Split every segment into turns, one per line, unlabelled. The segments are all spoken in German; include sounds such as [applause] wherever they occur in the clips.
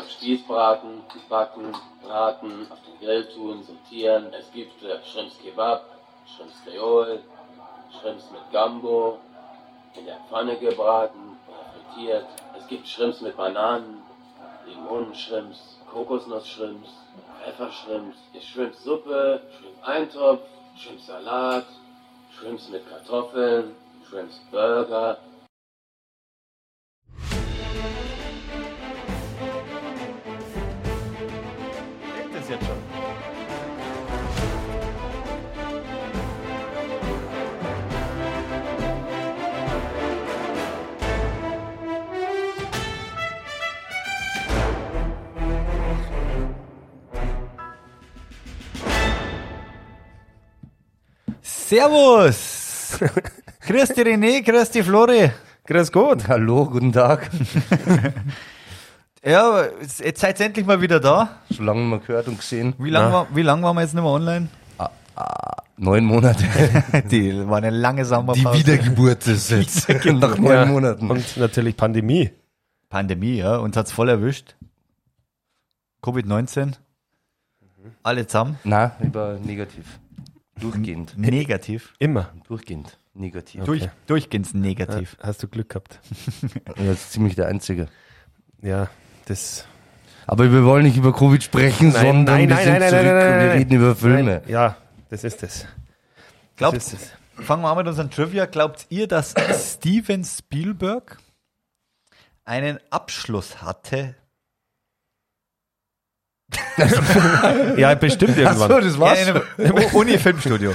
Spieß braten, backen, braten, auf den Grill tun, sortieren. Es gibt äh, Shrimps Kebab, Shrimps Creole, Shrimps mit Gambo, in der Pfanne gebraten oder frittiert. Es gibt Shrimps mit Bananen, Limonenshrimps, Kokosnussshrimps, Pfeffershrimps, Shrimpsuppe, Shrimp-Eintopf, Shrimpsalat, Shrimps mit Kartoffeln, Shrimps Burger,
Hängt es jetzt schon?
Servus! grüß dich René, grüß dich Flori.
[laughs]
Grüß Gott.
Hallo, guten Tag. Ja, jetzt jetzt seid ihr endlich mal wieder da.
Schon lange nicht mehr gehört und gesehen.
Wie lange
Na.
war, wie lang waren wir jetzt nicht mehr online? [laughs]
Neun Monate.
Die war eine lange
Die
Sommerpause.
Wiedergeburt [laughs] ist jetzt.
Genau.
Nach neun
Ja.
Monaten.
Und natürlich Pandemie.
Pandemie, ja, uns hat's voll erwischt. Covid-19. Alle zusammen.
Na, über negativ. Durchgehend.
Negativ.
Immer.
Durchgehend. Negativ.
Durch, durchgehend negativ.
Hast du Glück gehabt.
Ja, das ist ziemlich der Einzige.
Ja, das.
Aber wir wollen nicht über Covid sprechen, sondern wir sind zurück und wir reden über Filme.
Nein, ja, das ist es.
Glaubt,
Das ist
fangen wir an mit unserem Trivia. Glaubt ihr, [coughs] dass Steven Spielberg einen Abschluss hatte?
es. Ja, bestimmt irgendwann.
das
Ja, in einem [laughs] U- Uni-Filmstudio.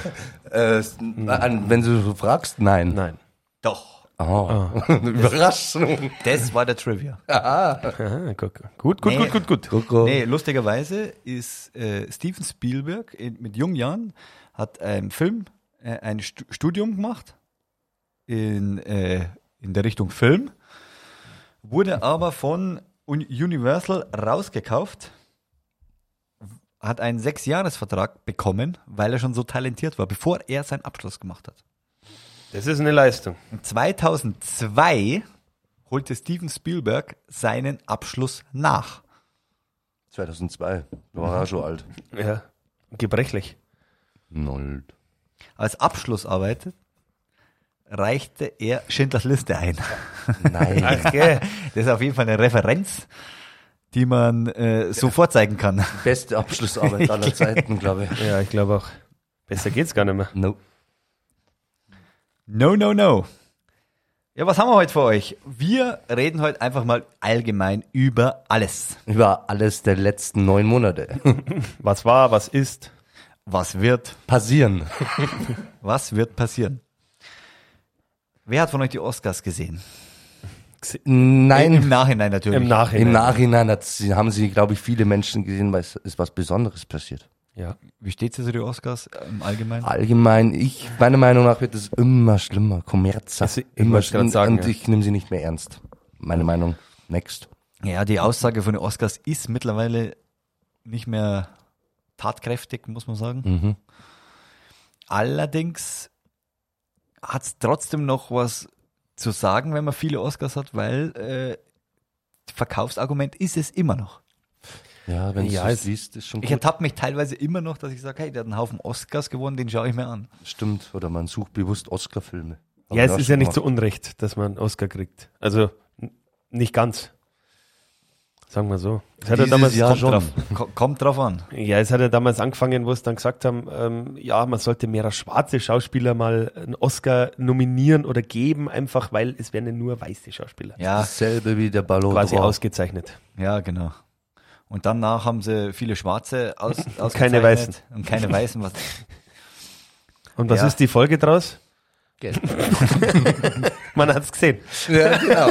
Äh, s- an- wenn du so fragst, nein.
Nein.
Doch,
Oh. [laughs] Überraschung.
das war der Trivia.
Ah.
Aha, guck. Gut, gut,
Nee.
gut, gut, gut.
Coco.
Nee, lustigerweise ist äh, Steven Spielberg in, mit jungen Jahren hat einen Film, äh, ein Stu- Studium gemacht in, äh, in der Richtung Film, wurde aber von Un- Universal rausgekauft, hat einen Sechsjahresvertrag bekommen, weil er schon so talentiert war, bevor er seinen Abschluss gemacht hat.
Das ist eine Leistung.
Und 2002 holte Steven Spielberg seinen Abschluss nach.
2002. Da war er schon alt.
Ja. Gebrechlich.
Null.
als Abschlussarbeit reichte er Schindlers Liste ein.
Nein.
Okay. [laughs] Das ist auf jeden Fall eine Referenz, die man äh, so vorzeigen kann.
Beste Abschlussarbeit aller Zeiten, glaube ich.
Ja, ich glaube auch. Besser geht's gar nicht mehr.
No.
No, no, no. Ja, was haben wir heute für euch? Wir reden heute einfach mal allgemein über alles.
Über alles der letzten neun Monate.
Was war, was ist.
Was wird,
Passieren.
was wird passieren? Wer hat von euch die Oscars gesehen? Im
Nein,
Nachhinein natürlich.
Im Nachhinein.
im Nachhinein hat sie, haben sie, glaube ich, viele Menschen gesehen, weil es ist was Besonderes passiert.
Ja.
Wie steht es zu den Oscars im Allgemeinen?
Allgemein, ich, meiner Meinung nach wird es immer schlimmer. Kommerz
Also, ich wollte gerade sagen,
Und
ja.
ich nehme sie nicht mehr ernst. Meine Meinung. Next.
Ja, die Aussage von den Oscars ist mittlerweile nicht mehr tatkräftig, muss man sagen.
Mhm.
Allerdings hat es trotzdem noch was zu sagen, wenn man viele Oscars hat, weil äh, Verkaufsargument ist es immer noch.
Ja, wenn
Ja,
du
es-
es siehst, ist schon
Ich
gut.
ertappe mich teilweise immer noch, dass ich sage, hey, der hat einen Haufen Oscars gewonnen, den schaue ich mir an.
Stimmt. Oder man sucht bewusst Oscar-Filme.
Ja, es ist ja nicht
so.
zu Unrecht, dass man einen Oscar kriegt. Also n- nicht ganz. Sagen wir so. Es hat ja
Dieses
damals
Jahr
kommt
schon.
drauf.
Ko- Kommt drauf an.
Ja, es hat ja damals angefangen, wo es dann gesagt haben, ähm, ja, man sollte mehrere schwarze Schauspieler mal einen Oscar nominieren oder geben, einfach weil es werden ja nur weiße Schauspieler
Ja,
Dasselbe wie der Ballon.
quasi
d'Or.
ausgezeichnet.
ja, genau. Und danach haben sie viele Schwarze
[laughs]
aus, aus
keine Weißen.
und keine Weißen. Was,
Und was
Ja.
ist die Folge draus?
Geld.
[laughs] Man hat's gesehen.
ja,
[laughs]
genau.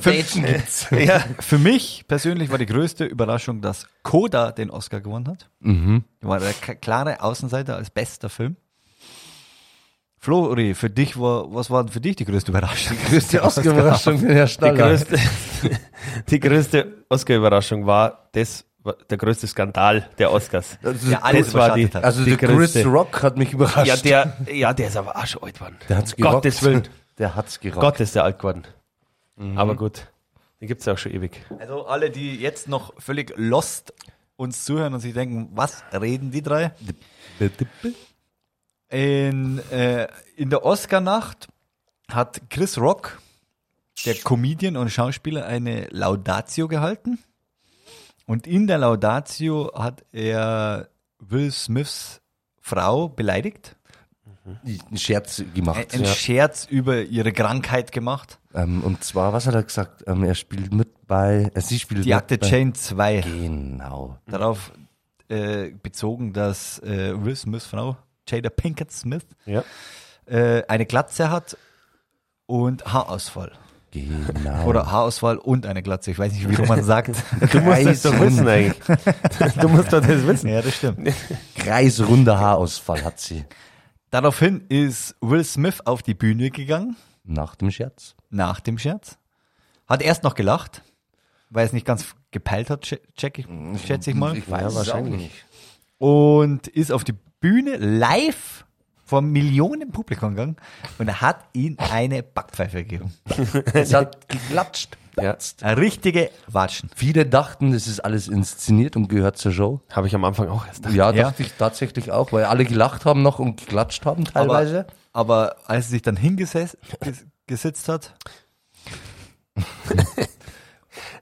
Fälschen gibt's.
[laughs] Ja, für mich persönlich war die größte Überraschung, dass Coda den Oscar gewonnen hat.
Mhm.
War der k- klare Außenseiter als bester Film. Flori, für dich war, was war denn für dich die größte Überraschung?
Größte Oscar-Überraschung, Herr
Die
Schnaller.
größte, [laughs] die größte Oscar-Überraschung war das, war der größte Skandal der Oscars.
[laughs]
Also,
Ja, alles
Das war die-
überschattet hat.
Also
Die
der Chris
größte.
Rock hat mich überrascht.
Ja, der, ja, der ist aber auch schon alt geworden.
der hat's gerockt.
Gottes Willen.
Der hat's gerockt.
Gott ist der alt geworden. Aber gut. Den gibt es ja auch schon ewig.
Also alle, die jetzt noch völlig lost uns zuhören und sich denken, was reden die drei? In, äh, in der Oscar-Nacht hat Chris Rock, der Comedian und Schauspieler, eine Laudatio gehalten. Und in der Laudatio hat er Will Smiths Frau beleidigt,
Einen Scherz gemacht.
einen
Ja.
Scherz über ihre Krankheit gemacht.
Ähm, und zwar, was hat er gesagt? Ähm, er spielt mit bei, äh, sie spielt
Die
mit
Akte
bei.
Jane 2.
Genau.
darauf äh, bezogen, dass äh, Will Smiths Frau, Jada Pinkett Smith,
Ja.
äh, eine Glatze hat und Haarausfall.
Genau. [laughs]
Oder Haarausfall und eine Glatze. Ich weiß nicht, wie man sagt. [laughs]
Du musst das doch wissen eigentlich. [laughs] Du musst doch das wissen.
ja, das stimmt.
kreisrunder Haarausfall hat sie.
Daraufhin ist Will Smith auf die Bühne gegangen,
Nach dem Scherz.
nach dem Scherz. Hat erst noch gelacht, weil er es nicht ganz gepeilt hat, sch- check Mm, ich, schätze ich mal.
weiß
es wahrscheinlich. auch
nicht.
und ist auf die Bühne live vor Millionen Publikum gegangen und hat ihm eine Backpfeife gegeben.
Es hat geklatscht.
Ja.
Eine richtige Watschen.
Viele dachten, das ist alles inszeniert und gehört zur Show.
Habe ich am Anfang auch erst.
Ja,
Ja.
dachte ich tatsächlich auch, weil alle gelacht haben noch und geklatscht haben teilweise.
Aber, aber als sie sich dann hingesetzt gesetzt hat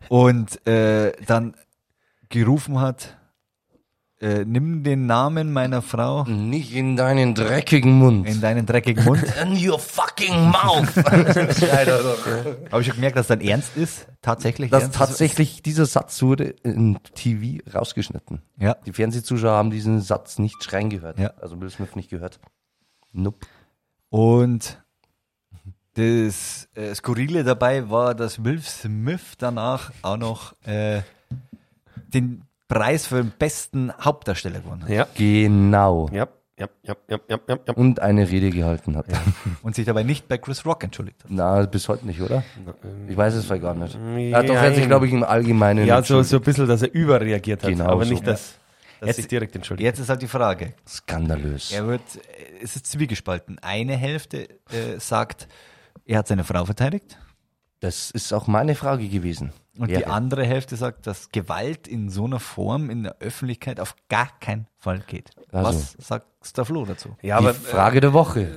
und äh, dann gerufen hat, äh, nimm den Namen meiner Frau
nicht in deinen dreckigen Mund.
in deinen dreckigen Mund.
[laughs] In your fucking mouth. Leider doch.
Habe ich schon gemerkt, dass dann ernst ist. Tatsächlich
Das
ernst
tatsächlich, dieser Satz wurde in TV rausgeschnitten.
Ist. Ja.
Die Fernsehzuschauer haben diesen Satz nicht schreien gehört.
Ja.
Also Will Smith nicht gehört. Nope.
Und das äh, Skurrile dabei war, dass Will Smith danach auch noch äh, den Preis für den besten Hauptdarsteller gewonnen hat.
Ja.
Genau.
Ja. Ja. Ja. Ja. Ja. Ja. ja.
Und eine Rede gehalten hat.
und sich dabei nicht bei Chris Rock entschuldigt hat.
[laughs] Na, bis heute nicht, oder? Ich weiß es vielleicht gar nicht.
Nein.
Ja, doch, er hat sich, glaube ich, im Allgemeinen.
Ja, so, so ein bisschen, dass er überreagiert hat.
Genau
aber
so.
nicht, dass, dass
Jetzt-
sich direkt entschuldigt.
Jetzt ist halt die Frage.
Skandalös.
Er wird, äh, es ist zwiegespalten. Eine Hälfte äh, sagt, er hat seine Frau verteidigt.
Das ist auch meine Frage gewesen.
Und
Ja.
die andere Hälfte sagt, dass Gewalt in so einer Form in der Öffentlichkeit auf gar keinen Fall geht.
Also.
Was sagt der Flo dazu?
Ja, aber
die Frage der Woche.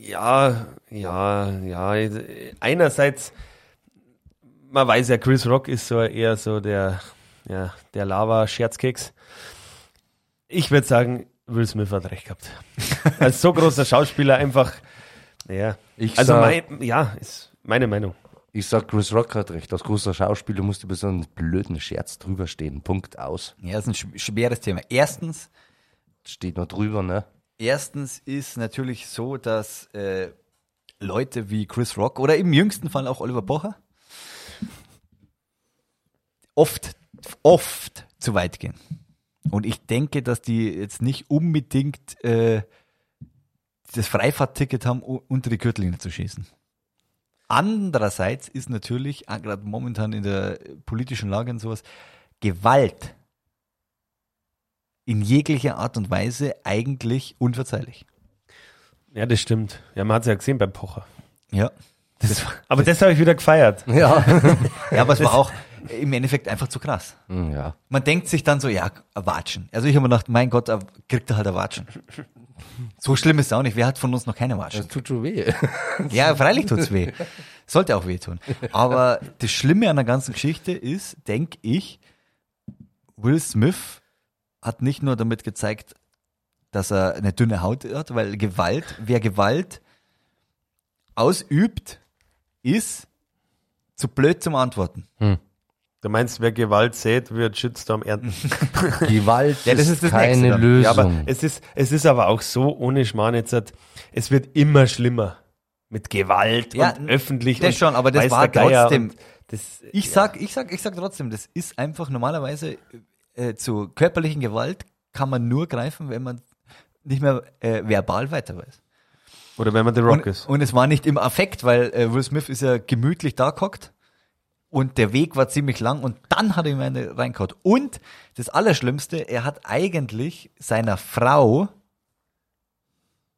ja, ja, ja. Einerseits, man weiß ja, Chris Rock ist so eher so der, ja, der Lava-Scherzkeks. Ich würde sagen, Will Smith hat recht [laughs] gehabt. Als so großer Schauspieler einfach, ja.
Ich
also,
sag-
mein, ja, ist meine Meinung.
Ich sag, Chris Rock hat recht. Als großer Schauspieler musst du über so einen blöden Scherz drüber stehen. Punkt aus.
Ja, das ist ein schw- schweres Thema. Erstens,
Steht noch drüber, ne?
erstens ist natürlich so, dass äh, Leute wie Chris Rock oder im jüngsten Fall auch Oliver Pocher oft, oft zu weit gehen. Und ich denke, dass die jetzt nicht unbedingt äh, das Freifahrtticket haben, u- unter die Gürtellinie zu schießen. Andererseits ist natürlich, auch gerade momentan in der äh, politischen Lage und sowas, Gewalt in jeglicher Art und Weise eigentlich unverzeihlich.
Ja, das stimmt. Ja, man hat es ja gesehen beim Pocher.
Ja.
Das, aber das habe ich wieder gefeiert.
Ja.
Ja, aber es war auch im Endeffekt einfach zu krass.
Hm, ja.
Man denkt sich dann so, ja, ein Watschen. Also ich habe mir gedacht, mein Gott, er kriegt er halt ein Watschen. So schlimm ist es auch nicht. Wer hat von uns noch keine Watschen?
Das tut schon weh.
Ja, freilich tut's weh. Sollte auch wehtun. Aber das Schlimme an der ganzen Geschichte ist, denke ich, Will Smith hat nicht nur damit gezeigt, dass er eine dünne Haut hat, weil Gewalt, wer Gewalt ausübt, ist zu blöd zum Antworten.
Du meinst, wer Gewalt sät, wird Shitstorm ernten.
Gewalt
Ja, das
ist,
ist das
keine
Nächste dann.
Lösung.
Ja, [laughs] aber es ist, es ist aber auch so, ohne Schmarrn jetzt, hat- es wird immer schlimmer. Mit Gewalt
Ja,
und öffentlich.
das
und
schon, aber das
weiß
war
der Geier
trotzdem-
und Das,
Ich sag, ich sag, ich sag trotzdem, das ist einfach normalerweise äh, zu körperlichen Gewalt kann man nur greifen, wenn man nicht mehr äh, verbal weiter weiß.
oder wenn man The Rock
Und,
ist.
und es war nicht im Affekt, weil äh, Will Smith ist ja gemütlich da gehockt und der Weg war ziemlich lang und dann hat er ihm eine reingehaut. Und das Allerschlimmste, er hat eigentlich seiner Frau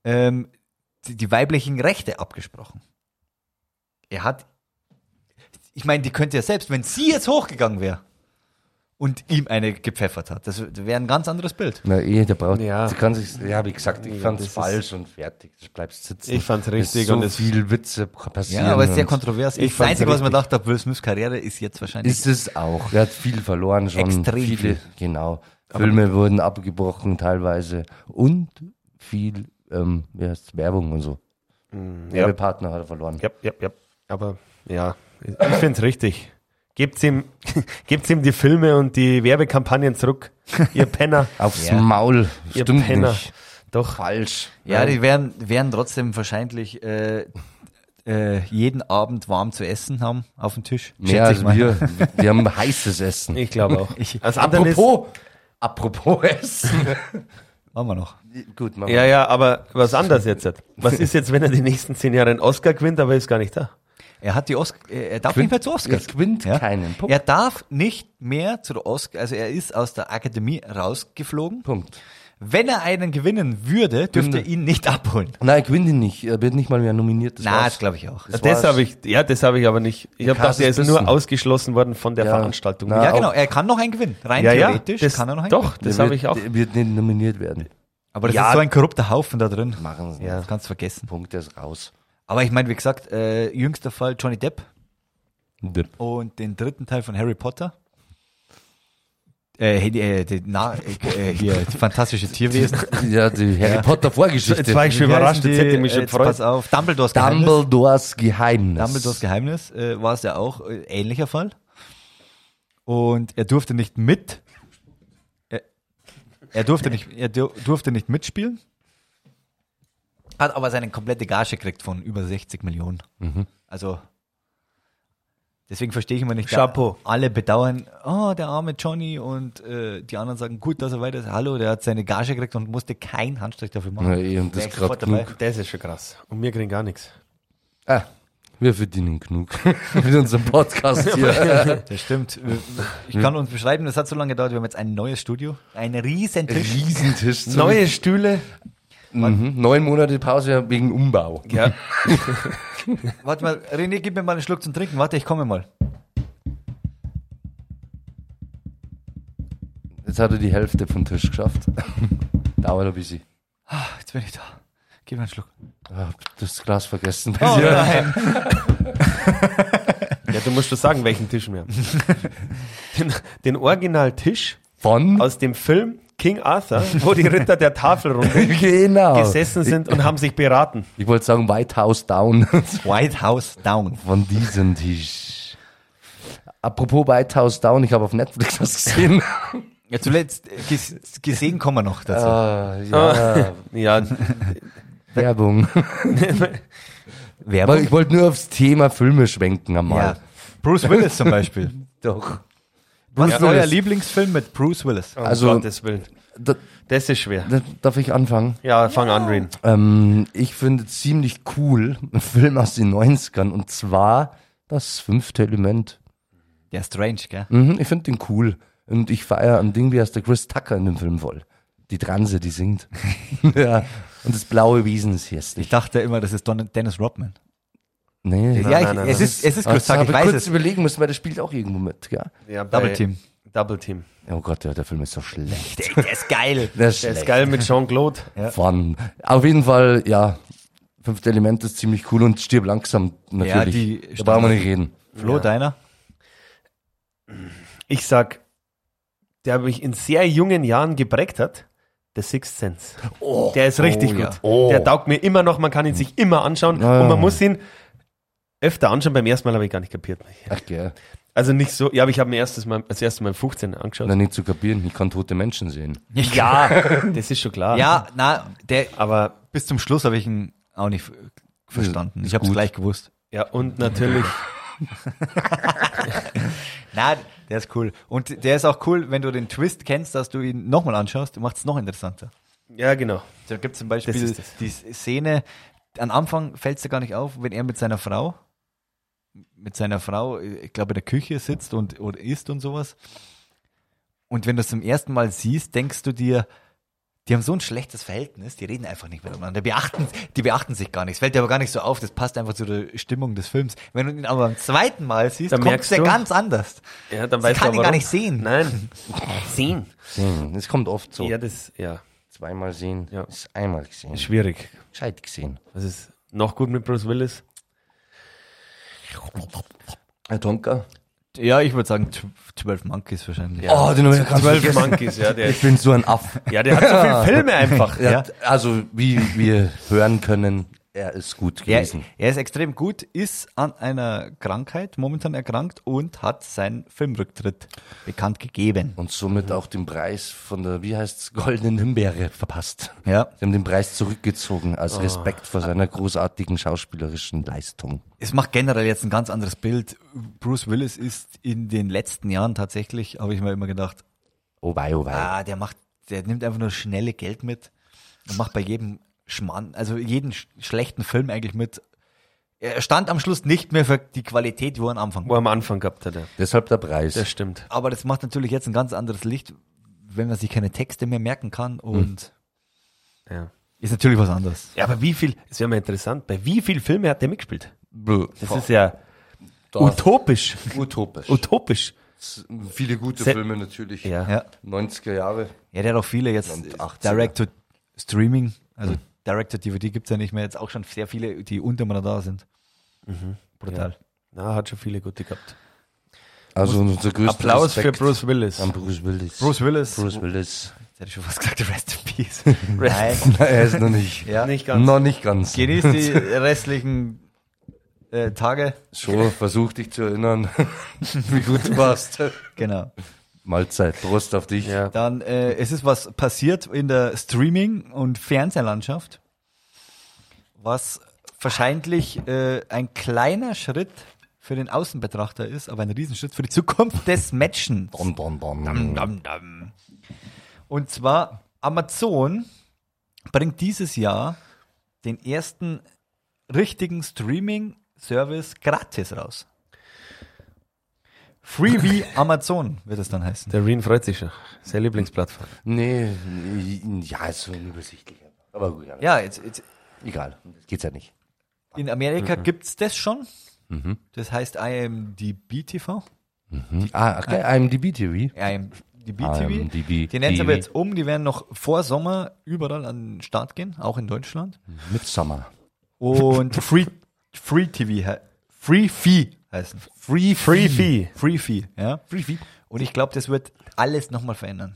ähm, die, die weiblichen Rechte abgesprochen. Er hat ich meine, die könnte ja selbst, wenn sie jetzt hochgegangen wäre und ihm eine gepfeffert hat, das wäre ein ganz anderes Bild.
Na eh, der braucht,
Ja.
ja. kann sich, ja, wie gesagt, ich
Ja,
fand's
das ist-
falsch und fertig. Du bleibst sitzen.
Ich fand's richtig
es so
und
und
es-
es viel Witze passieren.
Ja, aber es ist sehr
und-
kontrovers.
Ich
Ich das
fand's
Einzige, was man
richtig.
gedacht hat, Will Smiths Karriere ist jetzt wahrscheinlich.
Ist es auch. Er hat viel verloren schon.
Extrem
Viele,
viel.
Genau. Filme wurden abgebrochen teilweise und viel ähm, wie heißt's, Werbung und so. Werbepartner hat er verloren.
Mhm. Ja, ja, ja. Aber ja, ich finde es richtig. Gebt's ihm, [laughs] gebt's ihm die Filme und die Werbekampagnen zurück,
[laughs]
ihr Penner.
Aufs
Ja.
Maul.
ihr
Stimmt
Penner.
nicht.
Doch.
Falsch.
ja, die werden, werden trotzdem wahrscheinlich äh, äh, jeden Abend warm zu essen haben auf dem Tisch.
Mehr als
mal.
wir. Wir haben heißes Essen.
Ich glaube auch.
[laughs] Ich-
Als andere ist-
apropos, apropos [laughs] Essen.
[laughs] Haben wir noch.
Gut, machen
Ja,
wir.
ja, aber was anders jetzt. Was ist jetzt, wenn er die nächsten zehn Jahre einen Oscar gewinnt, aber er ist gar nicht da?
Er hat die Oscar, er darf
Quint-
nicht mehr zu Oscars.
er gewinnt keinen. Punkt.
Er darf nicht mehr zu der Oscar, also er ist aus der Akademie rausgeflogen.
Punkt.
Wenn er einen gewinnen würde, dürfte er
Dünne.
ihn nicht abholen.
Nein, gewinnt ihn nicht. Er wird nicht mal mehr nominiert. Das
Na,
war's.
das glaube ich auch.
Das
das
war's.
habe ich, ja, das habe ich aber nicht. Ich habe
Krass
gedacht, er ist
ist
nur
Wissen.
ausgeschlossen worden von der
Ja.
Veranstaltung.
Na,
Ja,
auch-
genau, er kann noch einen gewinnen. Rein
ja, ja,
theoretisch
das,
kann er noch einen
doch, das
Der
habe
wird-
ich auch.
der Wird nicht nominiert werden.
Aber das
Ja.
ist so ein korrupter Haufen da drin.
Machen Sie
Ja.
nicht.
Das kannst du vergessen.
Punkt, der ist raus.
Aber ich meine, wie gesagt, äh, jüngster Fall Johnny Depp
Depp.
und den dritten Teil von Harry Potter. Äh, die, äh, die, na, äh, hier, die fantastische [laughs] Tierwesen.
Ja, die Harry Potter Vorgeschichte.
Jetzt war ich schon
Wie
überrascht,
heißen
jetzt
die?
hätte ich mich schon
Jetzt Pass
gefreut.
auf, Dumbledores Geheimnis.
Dumbledores Geheimnis.
Dumbledores Geheimnis äh, war es ja auch äh, ähnlicher Fall. Und er durfte nicht mit. Er, er, durfte, nicht, er dur, durfte nicht mitspielen. Hat aber seine komplette Gage gekriegt von über 60 Millionen. Also. Deswegen verstehe ich immer nicht.
Chapeau.
Da alle bedauern, oh, der arme Johnny und äh, die anderen sagen, gut, dass er weiter ist. Hallo, der hat seine Gage gekriegt und musste keinen Handstrich dafür machen.
Ja, eh, und das
Wär ich
grad
sofort dabei.
genug.
Das ist schon krass. Und wir kriegen gar nichts.
Ah, wir verdienen genug [laughs] mit unserem Podcast hier.
Das stimmt. Ich kann uns beschreiben, das hat so lange gedauert. Wir haben jetzt ein neues Studio, einen riesen Tisch.
Riesentisch. zurück.
Neue Stühle.
Mhm. Neun Monate Pause wegen Umbau.
Ja.
Warte mal, René, gib mir mal einen Schluck zum Trinken. Warte, ich komme mal.
Jetzt hat er die Hälfte vom Tisch geschafft. Dauert ein bisschen.
Ah, Jetzt bin ich da. Gib mir einen Schluck.
Ah, hab das Glas vergessen.
Oh
Ja.
nein.
ja, du musst schon sagen, welchen Tisch [laughs] wir haben. Den, den Originaltisch
Von?
aus dem Film King Arthur, wo die Ritter der [laughs] Tafelrunde
genau.
gesessen sind und haben sich beraten.
Ich wollte sagen White House Down. [laughs]
White House Down.
Von diesem Tisch. Apropos White House Down, ich habe auf Netflix was gesehen.
Ja, zuletzt äh, ges gesehen kommen wir noch dazu.
Ah, ja,
[laughs] Ja, um
Werbung. Aber
Werbung.
ich wollte nur aufs Thema Filme schwenken einmal.
Ja. Bruce Willis zum Beispiel.
Doch.
Was ist euer
Willis.
Lieblingsfilm mit Bruce Willis?
um also,
Also-
Gottes Willen.
Da,
Das ist schwer.
da, darf ich anfangen?
Ja, fang an, Rin.
Ähm, ich finde ziemlich cool einen Film aus den 90ern und zwar das fünfte Element.
Der ist strange, gell?
Mhm, ich finde den cool. Und ich feiere am Ding wie aus der Chris Tucker in dem Film voll. Die Transe, die singt. [laughs] ja. Und das blaue Wesen ist
Ich
hässlich.
dachte immer, das ist Don Dennis Rodman. ja,
Nee,
ich,
nein, nein,
es,
nein.
Ist, es ist
Ah,
Chris
da
Tucker,
hab
ich weiß
kurz
es.
überlegen müssen, weil der spielt auch irgendwo mit, gell?
Ja, bei-
Double Team.
Double Team.
Oh Gott, ja, der Film ist so schlecht.
Der, der ist geil.
Der ist
Der ist
schlecht.
geil mit Jean-Claude.
Fun. Auf jeden Fall, ja, fünfte Element ist ziemlich cool und stirb langsam natürlich.
Ja, die
da brauchen wir nicht reden.
Flo,
Ja.
deiner?
[laughs] Ich sag, der mich in sehr jungen Jahren geprägt hat. The Sixth Sense. der ist richtig
oh
gut.
ja.
Oh.
Der taugt mir immer noch. Man kann ihn sich immer anschauen.
Ja.
Und man muss ihn öfter anschauen. Beim ersten Mal habe ich gar nicht kapiert.
Ach, gell.
Also nicht so. Ja, aber ich habe mir erstes Mal, das erste Mal 15 angeschaut.
Dann nicht zu kapieren, ich kann tote Menschen sehen.
Ja, das ist schon klar.
[laughs] Ja, na, der,
Aber
bis zum Schluss habe ich ihn auch nicht ver- verstanden.
Ist
Ich habe es
gut.
gleich gewusst.
ja und natürlich
Na, der ist cool. Und der ist auch cool, wenn du den Twist kennst, dass du ihn nochmal anschaust, macht es noch interessanter.
ja genau.
Da gibt es zum
Das
Beispiel
ist es.
die Szene, am Anfang fällt es dir gar nicht auf, wenn er mit seiner Frau, mit seiner Frau, äh, ich glaube, in der Küche sitzt und oder isst und sowas. Und wenn du es zum ersten Mal siehst, denkst du dir, die haben so ein schlechtes Verhältnis, die reden einfach nicht miteinander. Die beachten, die beachten sich gar nicht. Es fällt dir aber gar nicht so auf, das passt einfach zu der Stimmung des Films. Wenn du ihn aber beim zweiten Mal siehst,
Dann
kommt
merkst
der
du-
ganz anders.
Ja, dann
Ich
weißt
kann
du
ihn
aber
gar nicht sehen.
Nein. Sehen.
Sehen. Hm, Das kommt oft so.
Ja, das, ja.
Zweimal sehen,
Ja.
ist einmal gesehen.
Schwierig.
Gescheit gesehen.
Was ist noch gut mit Bruce Willis?
Herr Tonka?
Ja, ich würde sagen, 12 Monkeys wahrscheinlich.
Oh, den habe ich ganz
12
vergessen.
Monkeys, ja. [laughs] Der,
[laughs] Ich bin so ein [laughs] Aff.
ja, der hat so viele Filme einfach.
Er hat- Also, wie wir hören können, er ist gut
Er,
gewesen.
er ist extrem gut, ist an einer Krankheit momentan erkrankt und hat seinen Filmrücktritt bekannt gegeben.
Und somit auch den Preis von der, wie heißt's, goldenen Himbeere verpasst.
Ja.
Sie haben den Preis zurückgezogen als Respekt vor seiner großartigen schauspielerischen Leistung.
Es macht generell jetzt ein ganz anderes Bild. Bruce Willis ist in den letzten Jahren tatsächlich, habe ich mir immer gedacht,
Oh wei, oh wei.
ah, der macht, der nimmt einfach nur schnelle Geld mit und macht bei jedem Schmarrn, also jeden sch schlechten Film eigentlich mit. Er stand am Schluss nicht mehr für die Qualität, wo er am Anfang
Wo er am Anfang gehabt hat, er.
Deshalb der Preis.
Das stimmt.
Aber das macht natürlich jetzt ein ganz anderes Licht, wenn man sich keine Texte mehr merken kann und
Ja.
ist natürlich was anderes.
ja, aber wie viel, es wäre mal interessant, bei wie vielen Filmen hat der mitgespielt?
Bö,
Das
boah,
ist ja utopisch.
utopisch.
Utopisch.
Viele gute
Se-
Filme natürlich.
Ja.
Ja,
90er Jahre.
ja der hat auch viele jetzt
Und 80er.
Direct to Streaming, also Direct to DVD gibt's ja nicht mehr, jetzt auch schon sehr viele, die unter mir da sind.
Mhm.
Brutal.
Na, hat schon viele gute gehabt.
Also unser größter
Applaus für
Respekt
Bruce Willis.
an Bruce Willis.
Willis.
Bruce Willis.
Jetzt hätte ich schon was gesagt, [laughs] Rest in Peace.
[laughs]
Rest-
Nein,
Na, er ist noch
[laughs]
nicht.
ja.
Nicht ganz.
Noch nicht ganz.
Genieß die restlichen äh, Tage.
Schon versuch dich zu erinnern, wie gut du warst.
Genau.
Mahlzeit, Prost auf dich.
Ja.
Dann, äh, es ist was passiert in der Streaming- und Fernsehlandschaft, was wahrscheinlich äh, ein kleiner Schritt für den Außenbetrachter ist, aber ein Riesenschritt für die Zukunft [laughs] des Menschen.
Dom, dom, dom.
Und zwar Amazon bringt dieses Jahr den ersten richtigen Streaming-Service gratis raus. Free [laughs] wie Amazon wird es dann heißen.
Der Rien freut sich schon. Seine Lieblingsplattform.
Nee, nee, ja, ist so ein übersichtlicher. Aber gut, ja.
Ja, jetzt, jetzt,
egal. Das geht's ja nicht.
In
Mhm.
Amerika gibt's das schon. Das heißt IMDb TV.
Ah, okay, IMDb TV.
IMDb TV.
IMDb.
Die nennen es aber jetzt um. Die werden noch vor Sommer überall an den Start gehen, auch in Deutschland.
Midsummer.
Und [laughs] Free, Free TV, he- Free Fee heißen.
Free, free fee.
Free Fee, ja.
Free Feed.
Und ich glaube, das wird alles nochmal verändern.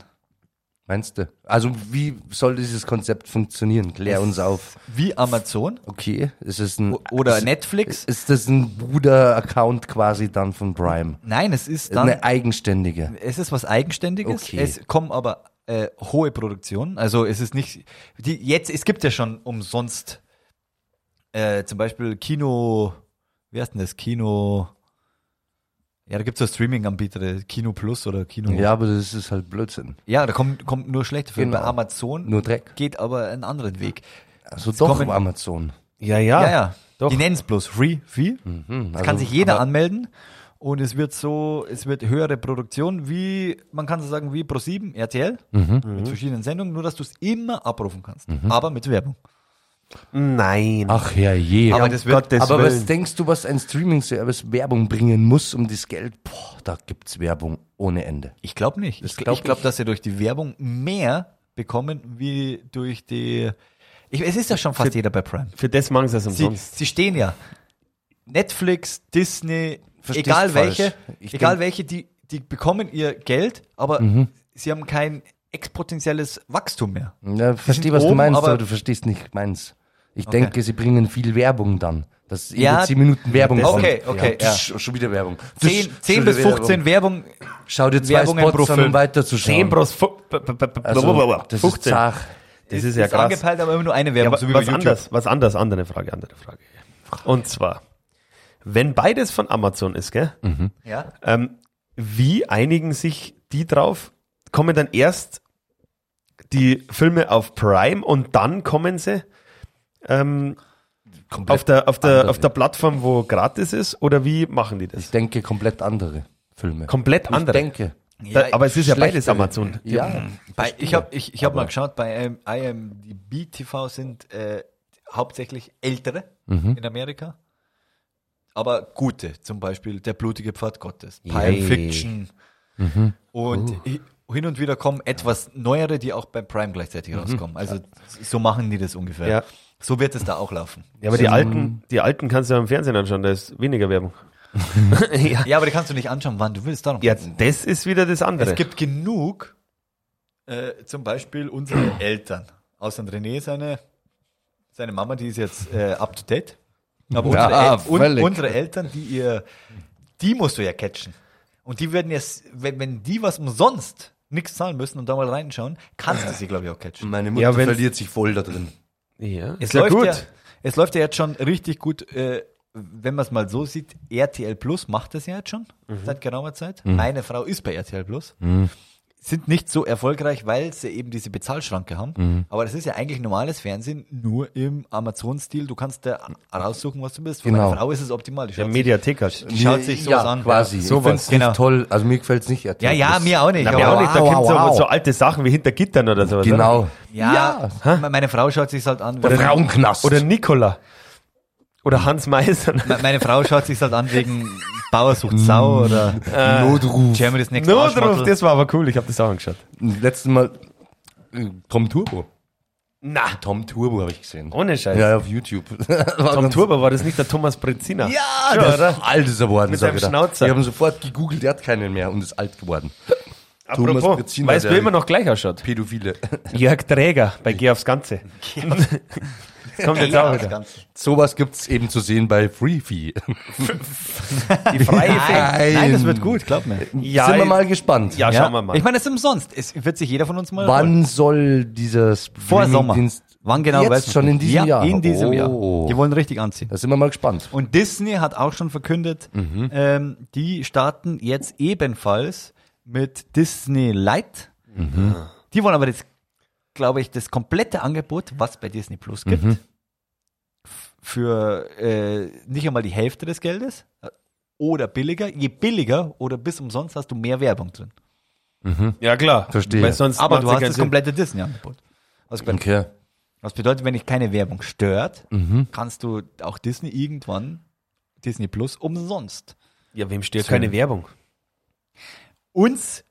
Meinst du? Also, wie soll dieses Konzept funktionieren? Klär uns auf.
Wie Amazon
Okay, ist es ein.
o- oder
ist,
Netflix.
Ist das ein Bruder-Account quasi dann von Prime?
Nein, es ist dann
Eine eigenständige.
Es ist was Eigenständiges.
Okay.
Es kommen aber äh, hohe Produktionen. Also es ist nicht. Die, jetzt, es gibt ja schon umsonst äh, zum Beispiel Kino. Wie heißt denn das? Kino. Ja, da gibt es so Streaming-Anbieter, Kino Plus oder Kino.
Ja, aber das ist halt Blödsinn.
ja da kommt, kommt nur schlechte Filme.
Genau.
Bei Amazon
Nur Dreck.
geht aber einen anderen Weg.
Also doch
kommen-
Amazon.
Ja, ja.
ja, ja.
Doch.
Die nennen es bloß Free, Free.
Hm,
Es kann sich jeder anmelden und es wird so, es wird höhere Produktion wie, man kann so sagen, wie Pro7, RTL,
Mhm.
mit verschiedenen Sendungen, nur dass du es immer abrufen kannst, aber mit Werbung.
Nein.
Ach herrje.
Aber das wird-
Gottes
Aber was
Willen.
denkst du, was ein Streaming-Service Werbung bringen muss um das Geld? Boah, da gibt's Werbung ohne Ende.
Ich glaube nicht. Ich
glaub
glaube, glaub,
ich.
dass sie durch die Werbung mehr bekommen, wie durch die, ich, es ist ja schon fast jeder bei Prime.
Für das machen sie es
Sie,
umsonst.
sie stehen ja. Netflix, Disney,
Verstehst
egal
falsch.
welche,
Ich
egal
denk- Mhm.
welche, die, die bekommen ihr Geld, aber sie haben kein exponentielles Wachstum mehr.
Ja, verstehe,
sind
was du
oben,
meinst, aber,
aber-
du verstehst nicht meins. Ich
Okay.
denke, sie bringen viel Werbung dann. Dass
Ja,
ja, 10 Minuten Werbung
das-
kommt.
okay, okay,
Ja, tsch, Schon wieder Werbung. Tsch,
10,
schon
10
wieder
bis 15
Werbung.
Werbung.
Schau dir zwei
Werbungen
Spots
pro
an, um
Film.
weiterzuschauen.
10 Bros. fu- b- b- b-
Also, das 15. ist
15.
zach.
Das ist ja
ist
krass.
angepeilt, aber immer nur eine Werbung,
Ja,
so wie bei
was
YouTube.
anders, was anders, andere Frage, andere Frage. Und zwar, wenn beides von Amazon ist, gell,
Ja?
ähm, wie einigen sich die drauf? Kommen dann erst die Filme auf Prime und dann kommen sie ähm,
Komplett
auf, der, auf, der,
andere.
auf der Plattform, wo gratis ist? Oder wie machen die das?
Ich denke, komplett andere Filme.
Komplett
Ich
andere.
denke.
Da, aber es ist ja beides
schlechtere.
Amazon. Die-
Ja,
Bei, ich habe ich, ich hab mal geschaut, bei ähm, IM, IMDb TV sind äh, hauptsächlich Ältere
Mhm.
in Amerika. Aber gute, zum Beispiel Der blutige Pfad Gottes, Pulp
Yay.
Fiction. Mhm. Und hi- hin und wieder kommen etwas neuere, die auch bei Prime gleichzeitig rauskommen. Also so machen die das ungefähr.
Ja.
So wird es da auch laufen.
Ja, aber die alten, die alten kannst du ja im Fernsehen anschauen, da ist weniger Werbung. ja.
Ja, aber die kannst du nicht anschauen, wann du willst. Darum
ja,
geht's.
das ist wieder das andere.
Es gibt genug, äh, zum Beispiel unsere [clears throat] Eltern. Außer René, seine, seine Mama, die ist jetzt äh, up to date. Aber unsere,
Ja,
El un
völlig.
unsere Eltern, die ihr, die musst du ja catchen. Und die werden jetzt, wenn, wenn die was umsonst nichts zahlen müssen und da mal reinschauen, kannst du sie, glaube ich, auch catchen.
meine Mutter
Ja, wenn's-
verliert sich voll da drin.
ja,
Es
ist ja
läuft
gut.
ja, es läuft ja jetzt schon richtig gut, äh, wenn man es mal so sieht, RTL Plus macht das ja jetzt schon
Mhm.
seit geraumer Zeit. Meine Frau ist bei RTL Plus. Sind nicht so erfolgreich, weil sie eben diese Bezahlschranke haben.
Mhm.
Aber das ist ja eigentlich normales Fernsehen, nur im Amazon-Stil. Du kannst da raussuchen, was du bist. Für
Genau.
meine Frau ist es optimal. Die
Der
schaut
Mediathek
sich,
hat.
die schaut sich sowas an.
Quasi.
Ja,
So ich
sowas,
find's
genau.
nicht toll. Also mir gefällt's nicht. RTL
Ja, ja,
Plus.
mir auch nicht.
Na,
aber-
mir auch nicht, da
wow,
wow, so,
wow.
so alte Sachen wie hinter Gittern oder sowas.
Genau.
ja, meine Frau schaut sich halt an.
Der
wenn-
Frauenknast.
Oder, oder Nicola. Oder Hans [laughs] Meiser.
Me- Meine Frau schaut sich halt an wegen Bauer sucht
[laughs] Mm.
Sau oder
Notruf.
Germany's Next
Notruf,
Notruf.
das war aber cool, ich habe das auch angeschaut.
Letztes Mal äh, Tom Turbo.
Na,
Tom Turbo habe ich gesehen.
ohne Scheiß.
Ja, auf YouTube. [laughs]
Tom Turbo war das nicht der Thomas Brezina.
Ja, das ist alt ist er geworden.
Mit
sag
seinem
ich da.
Schnauzer.
Ich habe sofort gegoogelt, der hat keinen mehr und ist alt geworden. Thomas
Apropos,
Brezina,
weißt du,
der-
wer immer noch gleich ausschaut?
Pädophile.
Jörg Träger bei Geh aufs Ganze. Das [laughs] kommt jetzt auch wieder.
[laughs] Sowas gibt's eben zu sehen bei Freefee.
Die freie
Nein.
Fähigkeit.
Nein, das wird gut, glaub mir.
Ja,
Sind wir mal gespannt.
ja, schauen wir mal.
Ich meine, es ist umsonst. Es wird sich jeder von uns mal.
Wann soll dieser
Vor Sommer.
Streamingdienst-
Wann genau?
Jetzt
weiß man
schon
nicht.
in diesem
ja,
Jahr.
In diesem Jahr.
Oh.
Die wollen richtig anziehen.
Da sind wir mal gespannt.
Und Disney hat auch schon verkündet,
Mhm.
ähm, die starten jetzt ebenfalls mit Disney Light.
Mhm.
Die wollen aber das, glaube ich, das komplette Angebot, was bei Disney Plus gibt,
Mhm.
f- für äh, nicht einmal die Hälfte des Geldes äh, oder billiger. Je billiger oder bis umsonst hast du mehr Werbung drin.
Ja, klar.
Verstehe.
Weil sonst
Aber
macht's
du
ja
hast
keinen
das
Sinn. Mhm.
komplette Disney-Angebot. Was, bedeutet-
Okay.
was bedeutet, wenn dich keine Werbung stört,
Mhm.
kannst du auch Disney irgendwann, Disney Plus, umsonst.
Ja, wem steht keine Werbung?
uns,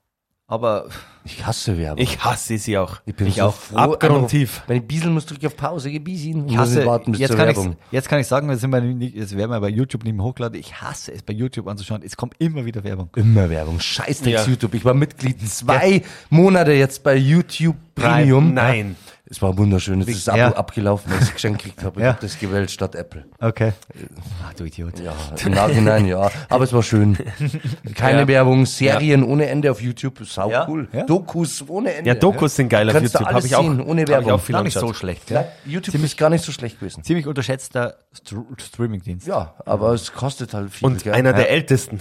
aber
Ich hasse Werbung.
Ich hasse sie auch.
bin
ich auch.
froh.
Abgrundtief.
Wenn ich bieseln muss, drücke ich auf Pause, geh bieseln.
ich hasse,
warten bis
jetzt,
zur
kann
Werbung.
ich, jetzt kann ich sagen, jetzt, sind wir nicht, jetzt werden wir bei YouTube nicht mehr hochladen. Ich hasse es, bei YouTube anzuschauen. Es kommt immer wieder Werbung.
Immer Werbung. Scheißdrecks
Ja.
YouTube. Ich war Mitglied zwei Monate jetzt bei YouTube Premium.
Nein.
Es war wunderschön. Es ist das Abo
Ja.
abgelaufen, als ich geschenkt gekriegt habe. Ich
Ja.
habe das gewählt statt Apple.
Okay. Ach, Ah, du Idiot.
Ja, im Nachhinein ja. Aber es war schön. Keine
Ja.
Werbung, Serien ohne Ende auf YouTube. Sau
Ja.
cool.
Ja.
Dokus ohne Ende.
Ja, Dokus sind geil auf
Kannst
YouTube.
Du alles
Habe ich auch,
sehen, ohne
hab
Werbung.
Ich auch viel
Gar nicht
angeschaut.
so schlecht.
Na,
Ja.
YouTube ist gar nicht so schlecht gewesen.
Ziemlich unterschätzter Stru- Streamingdienst.
Ja, aber es kostet halt viel.
Und
gell?
einer
Ja.
der ältesten.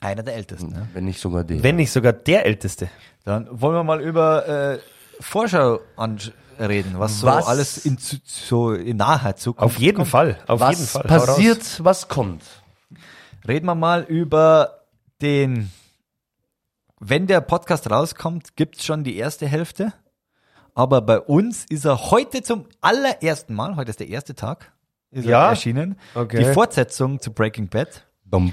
Einer der ältesten. Ne?
Wenn nicht sogar der.
Wenn nicht sogar der älteste.
Dann wollen wir mal über äh, Vorschau ansch- reden, was so
Was-
alles in, zu- so in naher Zukunft
Auf jeden Fall. Auf
was
jeden Fall. Hau raus.
passiert, was kommt?
Reden wir mal über den. Wenn der Podcast rauskommt, gibt's schon die erste Hälfte. Aber bei uns ist er heute zum allerersten Mal, heute ist der erste Tag, ist
Ja?
er erschienen.
Okay.
Die Fortsetzung zu Breaking Bad.
Bam.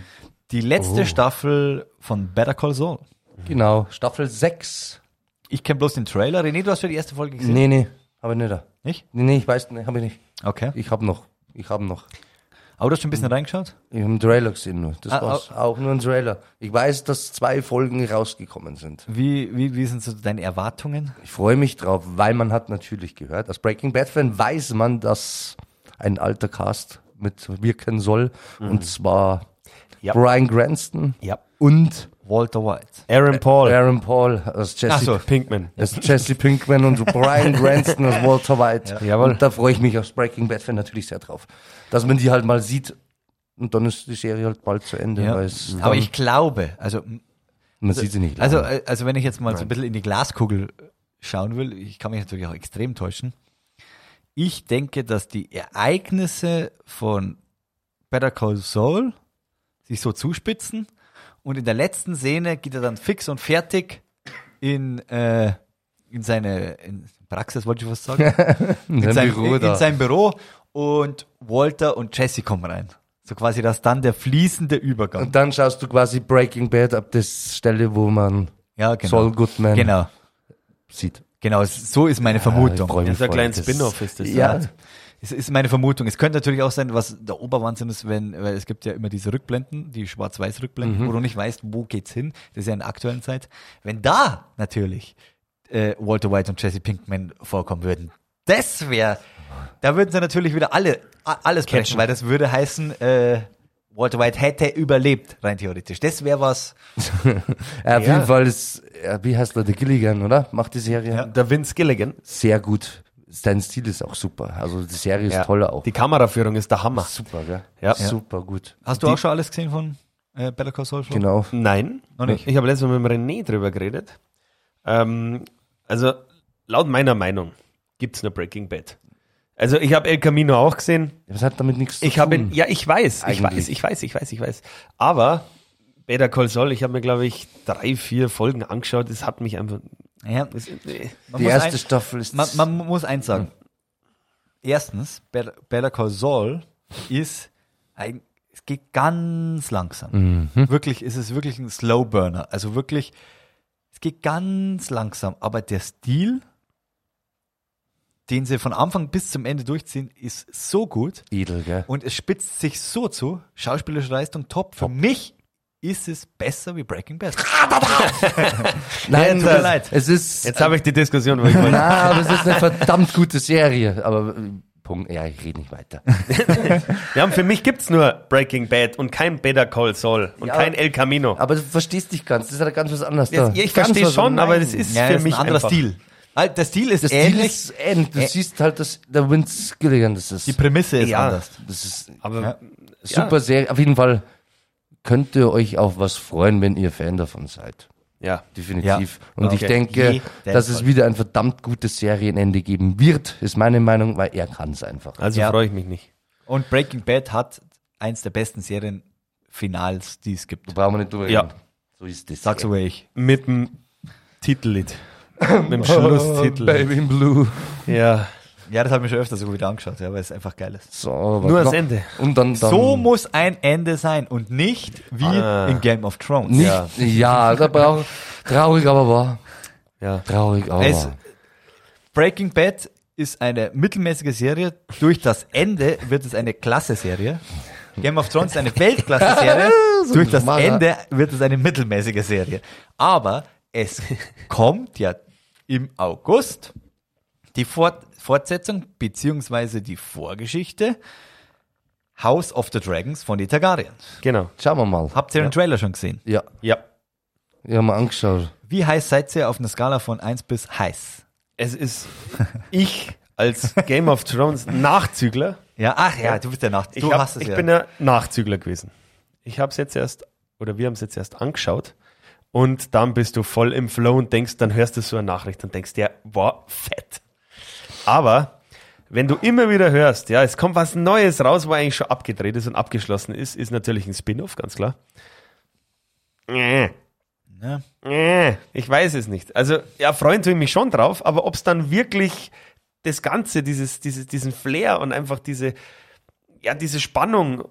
Die letzte
Oh.
Staffel von Better Call Saul.
Genau, Staffel 6.
Ich kenne bloß den Trailer. René, du hast schon die erste Folge gesehen.
Nee, nee, habe ich nicht da.
Nicht?
Nee, nee, ich weiß nicht, habe ich nicht.
Okay.
Ich habe noch. Ich habe noch.
Aber du hast schon ein bisschen reingeschaut?
Ich habe einen Trailer gesehen nur. Das
Ah,
war's. Auch nur ein Trailer. Ich weiß, dass zwei Folgen rausgekommen sind.
Wie, wie, wie sind so deine Erwartungen?
Ich freue mich drauf, weil man hat natürlich gehört, als Breaking Bad Fan weiß man, dass ein alter Cast mitwirken soll.
Mhm.
Und zwar
Ja.
Brian Cranston
Ja.
und
Walter White.
Aaron Paul.
Aaron Paul als Jesse,
Ach so.
Pinkman.
als Jesse Pinkman und
[laughs]
Brian Cranston als Walter White.
Jawohl.
Und da freue ich mich als Breaking Bad Fan natürlich sehr drauf, dass man die halt mal sieht. Und dann ist die Serie halt bald zu Ende.
Ja. Mhm.
Weil es
Aber
dann-
ich glaube, also
man sieht sie nicht.
Also,
lange.
äh, also wenn ich jetzt mal so ein bisschen in die Glaskugel schauen will, ich kann mich natürlich auch extrem täuschen. Ich denke, dass die Ereignisse von Better Call Saul sich so zuspitzen Und in der letzten Szene geht er dann fix und fertig in, äh, in seine in Praxis, wollte ich fast
[laughs]
sagen.
In
in,
seinem
sein,
Büro
in,
da.
in sein Büro und Walter und Jesse kommen rein. So quasi, dass dann der fließende Übergang.
und dann schaust du quasi Breaking Bad ab der Stelle, wo man
ja, genau.
Saul Goodman
Genau,
sieht.
genau. es- So ist
Ah,
meine Vermutung.
freu mich
Das ist ein
voll.
kleines
Das-
Spin-off, ist das.
Ja,
oder?
Es ist meine Vermutung. Es könnte natürlich auch sein, was der Oberwahnsinn ist, wenn, weil es gibt ja immer diese Rückblenden, die Schwarz-Weiß-Rückblenden,
Mhm.
wo du nicht weißt, wo geht's hin. Das ist ja in der aktuellen Zeit. Wenn da natürlich äh, Walter White und Jesse Pinkman vorkommen würden, das wäre, da würden sie natürlich wieder alle a- alles brechen, weil das würde heißen, äh, Walter White hätte überlebt, rein theoretisch. Das wäre was.
Ja, auf
Ja.
jeden Fall ist, äh, wie heißt er, der Gilligan, oder? Macht die Serie.
Der Vince Gilligan.
Sehr gut. Sein Stil ist auch super. Also die Serie ist toll auch.
Die Kameraführung ist der Hammer.
super, gell?
Ja.
Super gut.
Hast du auch schon alles gesehen von äh, Better Call Saul? Flo?
Genau.
Nein.
Noch nicht.
Ich habe letztes Mal mit dem René drüber geredet. Ähm, also, laut meiner Meinung gibt es nur Breaking Bad. Also, ich habe El Camino auch gesehen.
Das hat damit nichts
Ich
zu
habe,
tun.
ja, ich weiß, ich
Eigentlich.
weiß, ich weiß, ich weiß, ich weiß. Aber Better Call Saul, ich habe mir, glaube ich, drei, vier Folgen angeschaut. Es hat mich einfach.
Ja.
Es, äh,
Man
Die
muss
erste
ein-
Staffel ist
Man, man muss eins sagen. Erstens, Better Better Call Saul ist ein, es geht ganz
Hm.
langsam.
Mhm.
Wirklich, es ist wirklich ein Slow Burner. Also wirklich, es geht ganz langsam. Aber der Stil, den sie von Anfang bis zum Ende durchziehen, ist so gut
edel, gell?
und es spitzt sich so zu. Schauspielerische Leistung top. Für mich ist es besser wie Breaking Bad.
Nein,
tut mir
das-
leid.
Es ist,
jetzt habe ich die Diskussion, wo ich
[laughs]
wollte.
na, Ah, aber es ist eine verdammt gute Serie. Aber, äh, Punkt. Ja, ich rede nicht weiter.
Ja, und für mich gibt es nur Breaking Bad und kein Better Call Saul und
Ja.
kein El Camino.
Aber du verstehst dich ganz. Das ist ja ganz was anderes da.
Jetzt- ich
Ganz
verstehe
was-
schon,
Nein.
aber das ist
Ja,
für
das ist
mich
ein anderer
einfach.
Stil. Ah, Der Stil ist
Das Stil
ähnlich.
ist ähnlich. Du
Ä-
siehst halt, dass der Vince Gilligan das ist.
die Prämisse ist
Ja.
anders.
Das ist
Aber
Ja.
super Serie. Auf jeden Fall könnt ihr euch auf was freuen, wenn ihr Fan davon seid.
ja.
Definitiv.
Ja.
Und ich
Okay.
denke,
Jeden
dass es
Fall.
wieder ein verdammt gutes Serienende geben wird, ist meine Meinung, weil er kann es einfach.
Also
Ja.
freue ich mich nicht.
Und Breaking Bad hat eins der besten Serienfinals, die es gibt.
Brauchen wir nicht drüber
Ja.
reden. So ist das.
Sag's aber ich.
Mit dem Titellied.
[laughs]
Mit dem Schlusstitel.
Oh, Baby in Blue.
ja.
Ja, das habe ich mir schon öfter so wieder angeschaut, ja, weil es einfach geil ist.
So, aber
Nur das
noch-
Ende.
Und dann, dann
So muss ein Ende sein und nicht wie
Ah.
in Game of Thrones.
nicht,
Ja.
ja, da brauch, traurig aber wahr.
Ja.
Traurig aber
Es,
wahr.
Breaking Bad ist eine mittelmäßige Serie. Durch das Ende wird es eine Klasse-Serie. Game of Thrones ist eine
[laughs]
Weltklasse-Serie.
So
Durch das
ein Schmarrer.
Ende wird es eine mittelmäßige Serie. Aber es kommt ja im August die Fort Fortsetzung beziehungsweise die Vorgeschichte House of the Dragons von den Targaryens.
Genau.
Schauen wir mal.
Habt ihr den Trailer schon gesehen?
Ja,
Ja.
ich hab mal angeschaut.
Wie heiß seid ihr auf einer Skala von 1 bis heiß?
[laughs]
Es ist ich als Game of Thrones Nachzügler.
Ja, ach ja, du bist ja nach. Du
Ich, hab,
hast es
ich
ja.
bin ja Nachzügler gewesen. Ich habe es jetzt erst, oder wir haben es jetzt erst angeschaut. Und dann bist du voll im Flow und denkst, dann hörst du so eine Nachricht und denkst, ja, war fett. Aber wenn du immer wieder hörst, ja, es kommt was Neues raus, wo eigentlich schon abgedreht ist und abgeschlossen ist, ist natürlich ein Spin-off, ganz klar. Äh.
Ja.
Äh, Ich weiß es nicht. Also, ja, freuen tue ich mich schon drauf, aber ob es dann wirklich das Ganze, dieses, dieses, diesen Flair und einfach diese, ja, diese Spannung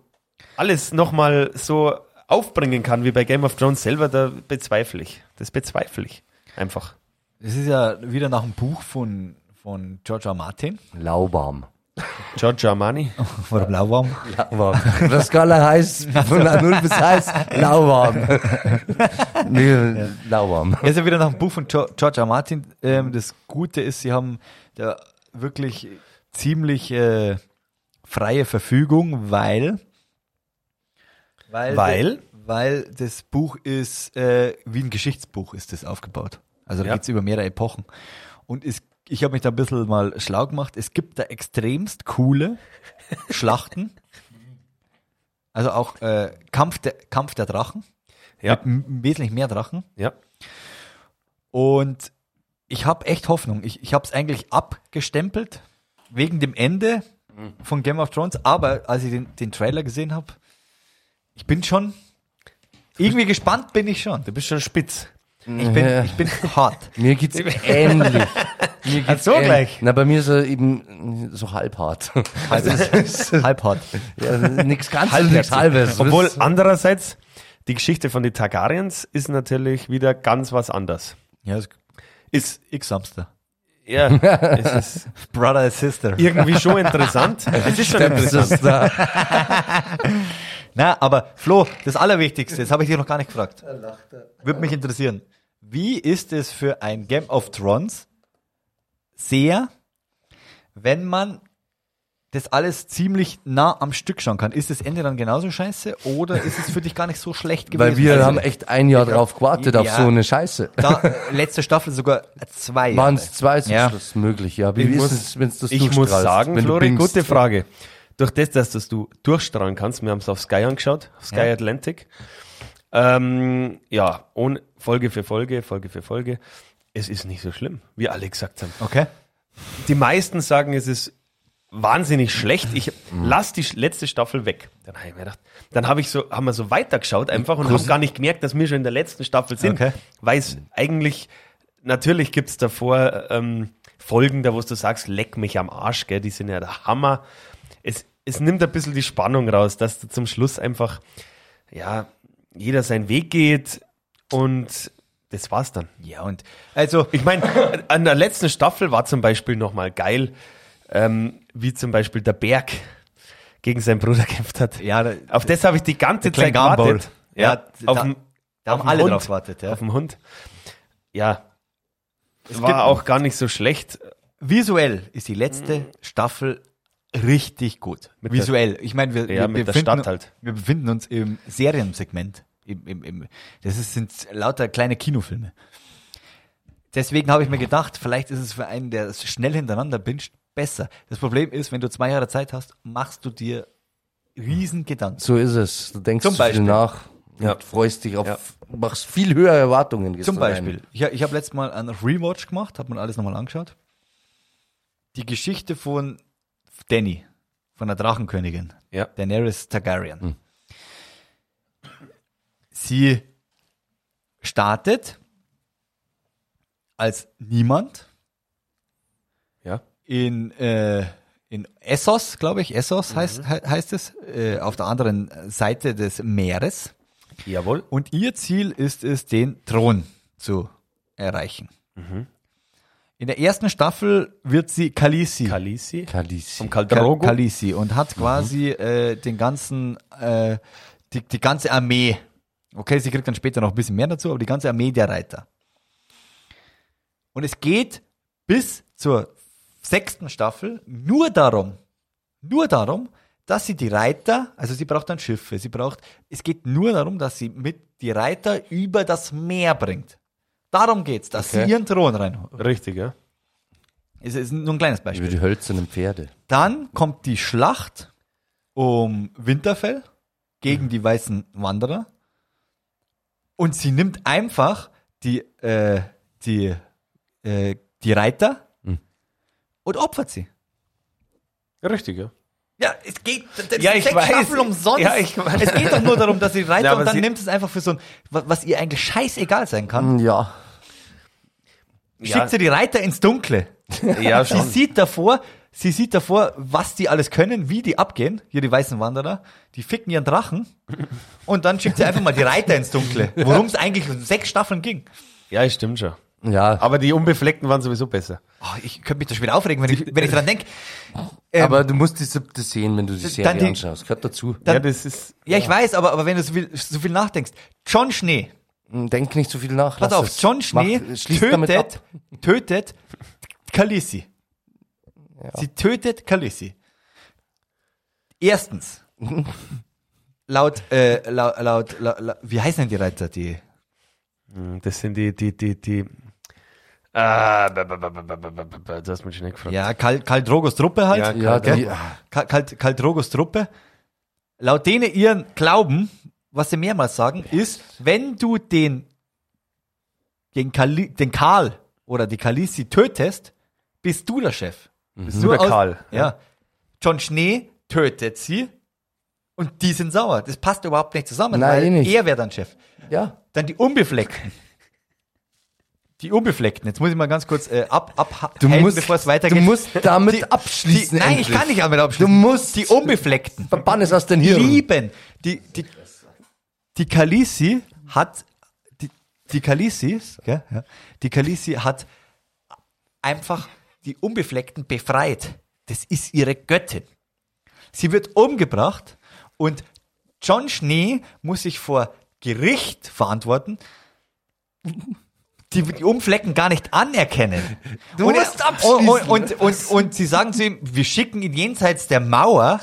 alles nochmal so aufbringen kann, wie bei Game of Thrones selber, da bezweifle ich. Das bezweifle ich. Einfach.
Es ist ja wieder nach dem Buch von, von George R. Martin, [laughs]
Laubarm.
Giorgio Armani.
von der Blaubaum.
Lauwarm. Das Skala heißt von 0 bis heiß lauwarm. nee, lauwarm.
Es ist ja wieder nach dem Buch von Gio- George R. Martin. Ähm, das Gute ist, sie haben da wirklich ziemlich äh, freie Verfügung, weil. Weil?
Weil?
weil das Buch ist, äh, wie ein Geschichtsbuch ist das aufgebaut. Also da
Ja.
geht's über mehrere Epochen. Und es, ich habe mich da ein bisschen mal schlau gemacht. Es gibt da extremst coole Schlachten. Also auch äh, Kampf, der, Kampf der Drachen.
Ja.
Mit m- wesentlich mehr Drachen.
Ja.
Und ich habe echt Hoffnung. Ich, ich habe es eigentlich abgestempelt wegen dem Ende von Game of Thrones. Aber als ich den, den Trailer gesehen habe, ich bin schon. Irgendwie gespannt bin ich schon.
Du bist schon spitz.
Ich bin, ich bin hart.
Mir geht's [laughs] ähnlich. Mir geht's
so,
ähnlich.
gleich.
Na, bei mir ist er eben so halbhart. [laughs]
Halb, halb hart.
ja, nix ganz und nix halbes.
Obwohl andererseits, die Geschichte von den Targaryens ist natürlich wieder ganz was anders.
Ja, ist
Ist,
ich Samster.
ja, es ist
Brother and Sister.
irgendwie schon interessant. Es ist schon
das
interessant.
ist da.
Na, aber Flo, das Allerwichtigste, das habe ich dir noch gar nicht gefragt. Würde mich interessieren. Wie ist es für ein Game of Thrones sehr, wenn man das alles ziemlich nah am Stück schauen kann? Ist das Ende dann genauso scheiße oder ist es für dich gar nicht so schlecht gewesen?
Weil wir
Also,
haben echt ein Jahr drauf gewartet auf
Ja.
so eine Scheiße.
da, äh, letzte Staffel sogar zwei.
Waren es zwei zum
Ja.
Schluss möglich, ja. Wie
Ich
ist
muss-
es, wenn das
Ich muss
durchstrahlst,
sagen,
wenn du
Flori,
bingst?
gute Frage. Durch das, dass das du durchstrahlen kannst, wir haben es auf Sky angeschaut, auf Sky
Ja.
Atlantic. Ähm, ja, ohne Folge für Folge, Folge für Folge. Es ist nicht so schlimm, wie alle gesagt haben.
Okay.
Die meisten sagen, es ist wahnsinnig schlecht. Ich lass die sch- letzte Staffel weg. Dann habe ich mir gedacht, dann habe ich so, haben wir so weitergeschaut einfach und haben gar nicht gemerkt, dass wir schon in der letzten Staffel sind.
Okay.
Weil es eigentlich, natürlich gibt es davor ähm, Folgen, da wo du sagst, leck mich am Arsch, gell, die sind ja der Hammer. Es, es nimmt ein bisschen die Spannung raus, dass du zum Schluss einfach, ja, jeder seinen Weg geht und das war's dann.
Ja, und also
Ich meine, an der letzten Staffel war zum Beispiel nochmal geil, ähm, wie zum Beispiel der Berg gegen seinen Bruder [laughs] gekämpft hat.
Ja, da-
auf das habe ich die ganze Zeit
Kleingarnball.
gewartet.
Ja,
auf,
da-
dem-
da haben
auf dem
alle
Hund.
drauf gewartet. Ja.
auf dem Hund. Ja, es
gibt-
war auch gar nicht so schlecht.
Visuell ist die letzte Staffel richtig gut.
Mit
Visuell. Ich meine, wir,
Ja,
wir,
mit
wir
der
befinden-
Stadt halt.
wir befinden uns im Seriensegment. Im, im, im, das ist, sind lauter kleine Kinofilme. Deswegen habe ich mir gedacht, vielleicht ist es für einen, der es schnell hintereinander binscht, besser. Das Problem ist, wenn du zwei Jahre Zeit hast, machst du dir riesen Gedanken.
So ist es. Du denkst
Zum
zu viel
Beispiel.
nach
Ja.
und freust dich auf, machst viel höhere Erwartungen. gehst
Zum
du rein.
Beispiel, ich, ich habe letztes Mal einen Rewatch gemacht, habe mir alles nochmal angeschaut. Die Geschichte von Danny, von der Drachenkönigin.
Ja.
Daenerys Targaryen. Sie startet als niemand
Ja.
in, äh, in Essos, glaube ich. Essos heißt, he heißt es, äh, auf der anderen Seite des Meeres.
Jawohl.
Und ihr Ziel ist es, den Thron zu erreichen. In der ersten Staffel wird sie Khaleesi.
Kalisi.
Khaleesi.
Vom Khal
Khal-
Drogo.
Khaleesi und hat quasi äh, den ganzen, äh, die, die ganze Armee. Okay, sie kriegt dann später noch ein bisschen mehr dazu, aber die ganze Armee der Reiter. Und es geht bis zur sechsten Staffel nur darum, nur darum, dass sie die Reiter, also sie braucht dann Schiffe, sie braucht, es geht nur darum, dass sie mit die Reiter über das Meer bringt. Darum geht's, dass
Okay.
sie ihren Thron reinholt.
Richtig, ja.
Es ist nur ein kleines Beispiel.
Über die hölzernen Pferde.
Dann kommt die Schlacht um Winterfell gegen die weißen Wanderer. Und sie nimmt einfach die, äh, die, äh, die Reiter und opfert sie.
Richtig, ja.
Ja, es geht das
Ja,
sind
ich
sechs
weiß.
Staffeln umsonst.
Ja, ich weiß.
Es geht doch nur darum, dass [laughs] sie reitet
Ja, aber
und dann
sie-
nimmt es einfach für so ein, wa- was ihr eigentlich scheißegal sein kann.
Ja.
Ja,
Schickt sie die Reiter ins Dunkle. [laughs]
ja
Sie
schon.
sieht davor, sie sieht davor, was die alles können, wie die abgehen, hier die weißen Wanderer, die ficken ihren Drachen und dann schickt sie einfach mal die Reiter ins Dunkle, worum es eigentlich um sechs Staffeln ging.
Ja, es stimmt schon.
Ja.
Aber die Unbefleckten waren sowieso besser.
Oh, ich könnte mich da schon wieder aufregen, wenn ich, wenn ich dran denke.
aber du musst die siebte sehen, wenn du die
Ähm.
Serie
dann die-
anschaust. Gehört dazu.
Ja, das ist.
Ja, ich weiß, aber, aber wenn du so viel, so viel nachdenkst. John Schnee,
Hm, Denk nicht so viel nach.
pass
lass
auf,
es.
John Schnee
Mach- schließ damit
tötet,
ab.
tötet Khaleesi. Sie tötet Khaleesi. Erstens. [laughs] laut, äh, laut, laut, laut, laut, wie heißen denn die Reiter, die?
Das sind die, die, die, die. Ah, ba, ba, ba, ba, ba, ba, ba, ba, du hast mich schnell gefragt.
Ja, Karl, Karl Drogos Truppe halt.
Ja,
Ja,
Gell?
die,
Karl, Karl, Karl Drogos Truppe. Laut denen ihren Glauben, was sie mehrmals sagen, ist, wenn du den, den, Kali, den Karl oder die Kalisi tötest, bist du der
Mhm.
Chef. Bist
Nur der Karl,
Ja. John Schnee tötet sie und Und die sind sauer. Das passt überhaupt nicht zusammen,
Nein, eh
weil
nicht.
er wäre dann Chef.
Ja.
Dann die Unbefleckten. Die Unbefleckten. Jetzt muss ich mal ganz kurz äh, ab, ab
Du musst,
bevor es weitergeht.
du musst damit
Die-
abschließen.
Die, nein, ich
endlich.
kann nicht damit
Du
abschließen.
musst
Die Unbefleckten.
Verbann es aus den Hirn.
Lieben. Die, die,
die Kalisi hat die, die Kalisi, gell, ja, die Kalisi hat
einfach die Unbefleckten befreit. Das ist ihre Göttin. Sie wird umgebracht und John Schnee muss sich vor Gericht verantworten, die die Unflecken gar nicht anerkennen.
Du
und,
musst abschließen.
und, und, und, und, und sie sagen zu ihm, wir schicken ihn jenseits der Mauer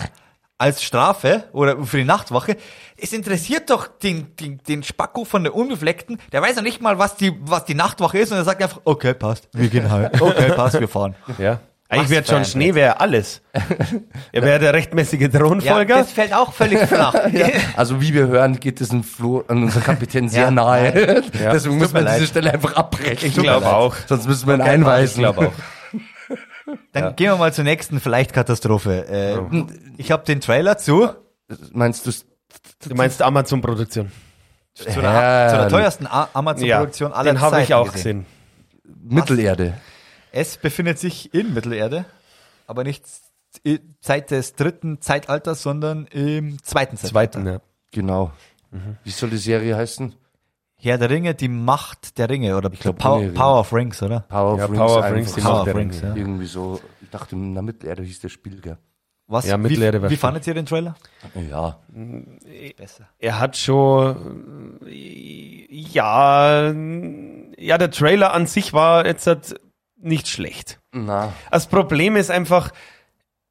als Strafe oder für die Nachtwache. Es interessiert doch den, den, den Spacko von der Unbefleckten, der weiß ja nicht mal, was die, was die Nachtwache ist und er sagt einfach, okay, passt, wir gehen
[laughs]
heim. Okay, passt, wir fahren.
Ja.
Eigentlich wäre John
ein
Schnee wäre [laughs] alles. Er wäre der rechtmäßige
Ja,
Thronfolger.
das fällt auch völlig
[laughs]
flach.
Also wie wir hören, geht es ein Flo an unseren
[laughs]
Kapitän sehr
Ja.
nahe. [laughs] Deswegen muss
Tut mir
man diese
leid.
Stelle einfach abbrechen.
Ich glaub auch.
Sonst müssen wir ihn einweisen.
glaub auch.
Dann gehen wir mal zur nächsten vielleicht Katastrophe. Äh, Ich habe den Trailer zu,
Meinst du,
Du meinst Amazon-Produktion.
zu, der, zu der teuersten A- Amazon-Produktion aller
den habe ich
Zeiten
auch
gesehen.
gesehen.
Mittelerde?
Es befindet sich in Mittelerde, aber nicht z- Zeit des dritten Zeitalters, sondern im zweiten Zeitalter.
Zweiten, ja.
Genau.
Mhm.
Wie soll die Serie heißen?
Herr der Ringe, die Macht der Ringe oder ich
glaub,
Power,
Ringe.
Power of Rings, oder?
Power
Ja,
of Rings.
Power of
einfach.
Rings, genau. die
Power
Macht
of
der
Rings, ja.
Irgendwie so. Ich dachte, na Mittelerde hieß das Spiel, gell?
Was,
Ja, Mittelerde
wie,
war
wie
schon.
fandet ihr den Trailer?
Ja.
Besser.
er hat schon äh, ja ja der Trailer an sich war jetzt halt nicht schlecht.
Na.
Das Problem ist einfach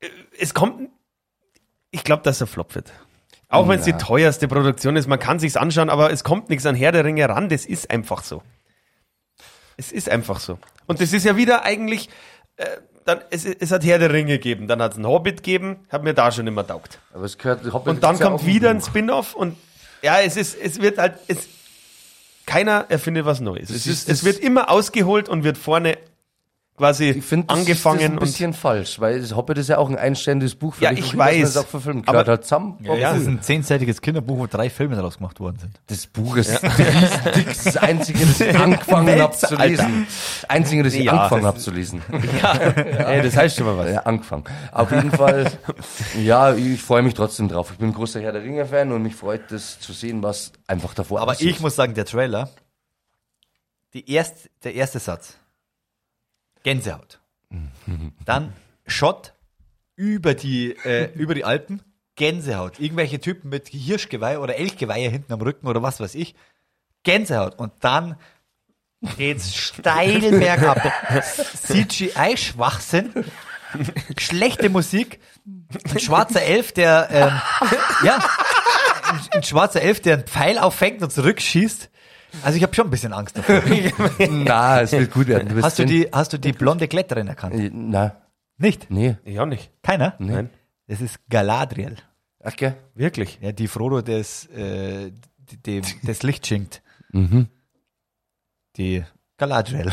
äh, es kommt ich glaube, dass er flop wird. Auch wenn es die
Ja.
teuerste Produktion ist, man kann sich's anschauen, aber es kommt nichts an Herr der Ringe ran, das ist einfach so. Es ist einfach so. Und das ist ja wieder eigentlich äh, dann es, es hat Herr der Ringe gegeben, dann hat's einen Hobbit gegeben, hat mir da schon immer taugt.
Aber es gehört, Hobbit
Und dann
ist ja auch
kommt wieder ein
Buch.
Spin-off und ja, es ist, es wird halt, es, keiner erfindet was Neues. Es,
ist-
ist, es wird immer ausgeholt und wird vorne quasi
Ich finde, das ist das
angefangen
ein bisschen falsch, weil das Hobbit ist ja auch ein einständiges Buch.
Ja,
völlig
ich
okay, dass man
weiß.
Es auch verfilmt.
Aber-
Gehört halt zusammen.
Ja,
Ja.
es ist ein zehnseitiges Kinderbuch, wo drei Filme daraus gemacht worden sind.
Das Buch ist riesig, das Einzige, das ich angefangen habe zu lesen. Das Einzige, das ich
Ja.
angefangen habe zu
[laughs]
lesen.
und ey, das heißt schon mal was.
Ja, angefangen. Auf jeden Fall, ja, ich freue mich trotzdem drauf. Ich bin großer Herr der Ringe-Fan und mich freut es zu sehen, was einfach davor
Aber
aussieht.
ich muss sagen, der Trailer, die erst, der erste Satz, Gänsehaut. Dann Shot über die, äh, über die Alpen, Gänsehaut. Irgendwelche Typen mit Hirschgeweih oder Elchgeweihe hinten am Rücken oder was weiß ich, Gänsehaut. Und dann geht's steil bergab. CGI-Schwachsinn, schlechte Musik, ein schwarzer Elf, der, ähm, ja, ein schwarzer Elf, der einen Pfeil auffängt und zurückschießt. Also ich habe schon ein bisschen Angst
[laughs]
davor.
Na, es wird gut werden. wirst
Hast du
sehen.
die, hast du die blonde Kletterin erkannt?
Äh, Na,
Nicht?
nee.
Ich auch nicht.
Keiner?
Nein.
Das ist Galadriel.
Ach, gell?
Wirklich.
Ja, die Frodo des, äh, dem, des Licht schinkt.
Mhm.
Die Galadriel.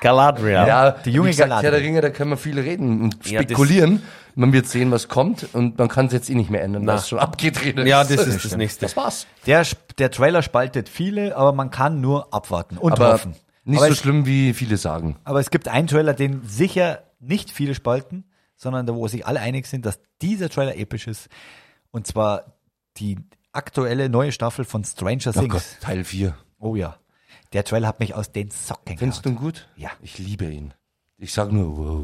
Galadriel. Ja.
Ja,
die junge
wie gesagt,
Galadriel.
Herr der Ringe, da können wir viel reden und
Ja, das-
spekulieren. man wird sehen, was kommt und man kann es jetzt eh nicht mehr ändern,
Na.
was schon abgedreht ist.
ja, das ist das nächste.
Das war's.
Der, sp- der Trailer spaltet viele, aber man kann nur abwarten und
Aber
hoffen.
nicht
aber,
so
es,
schlimm, wie viele sagen.
aber es gibt einen Trailer, den sicher nicht viele spalten, sondern da, wo sich alle einig sind, dass dieser Trailer episch ist. Und zwar die aktuelle neue Staffel von Stranger
Oh
Things.
Gott, Teil 4.
Oh ja. Der Trailer hat mich aus den Socken
Findest du ihn gut?
Ja.
Ich liebe ihn. Ich sag nur, wow.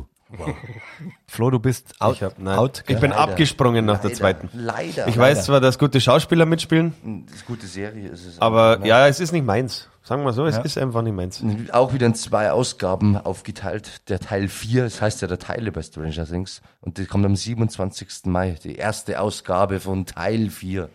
Flo, du bist out.
Ich, hab, nein.
out
ich bin abgesprungen nach der zweiten.
Leider.
Ich weiß zwar, dass gute Schauspieler mitspielen,
Das ist eine gute Serie ist es.
aber
ne?
ja, es ist nicht meins. Sagen wir so, es ist einfach nicht meins.
Auch wieder in zwei Ausgaben aufgeteilt. Der Teil 4, das heißt ja der Teile bei Stranger Things. Und die kommt am 27. Mai. Die erste Ausgabe von Teil 4.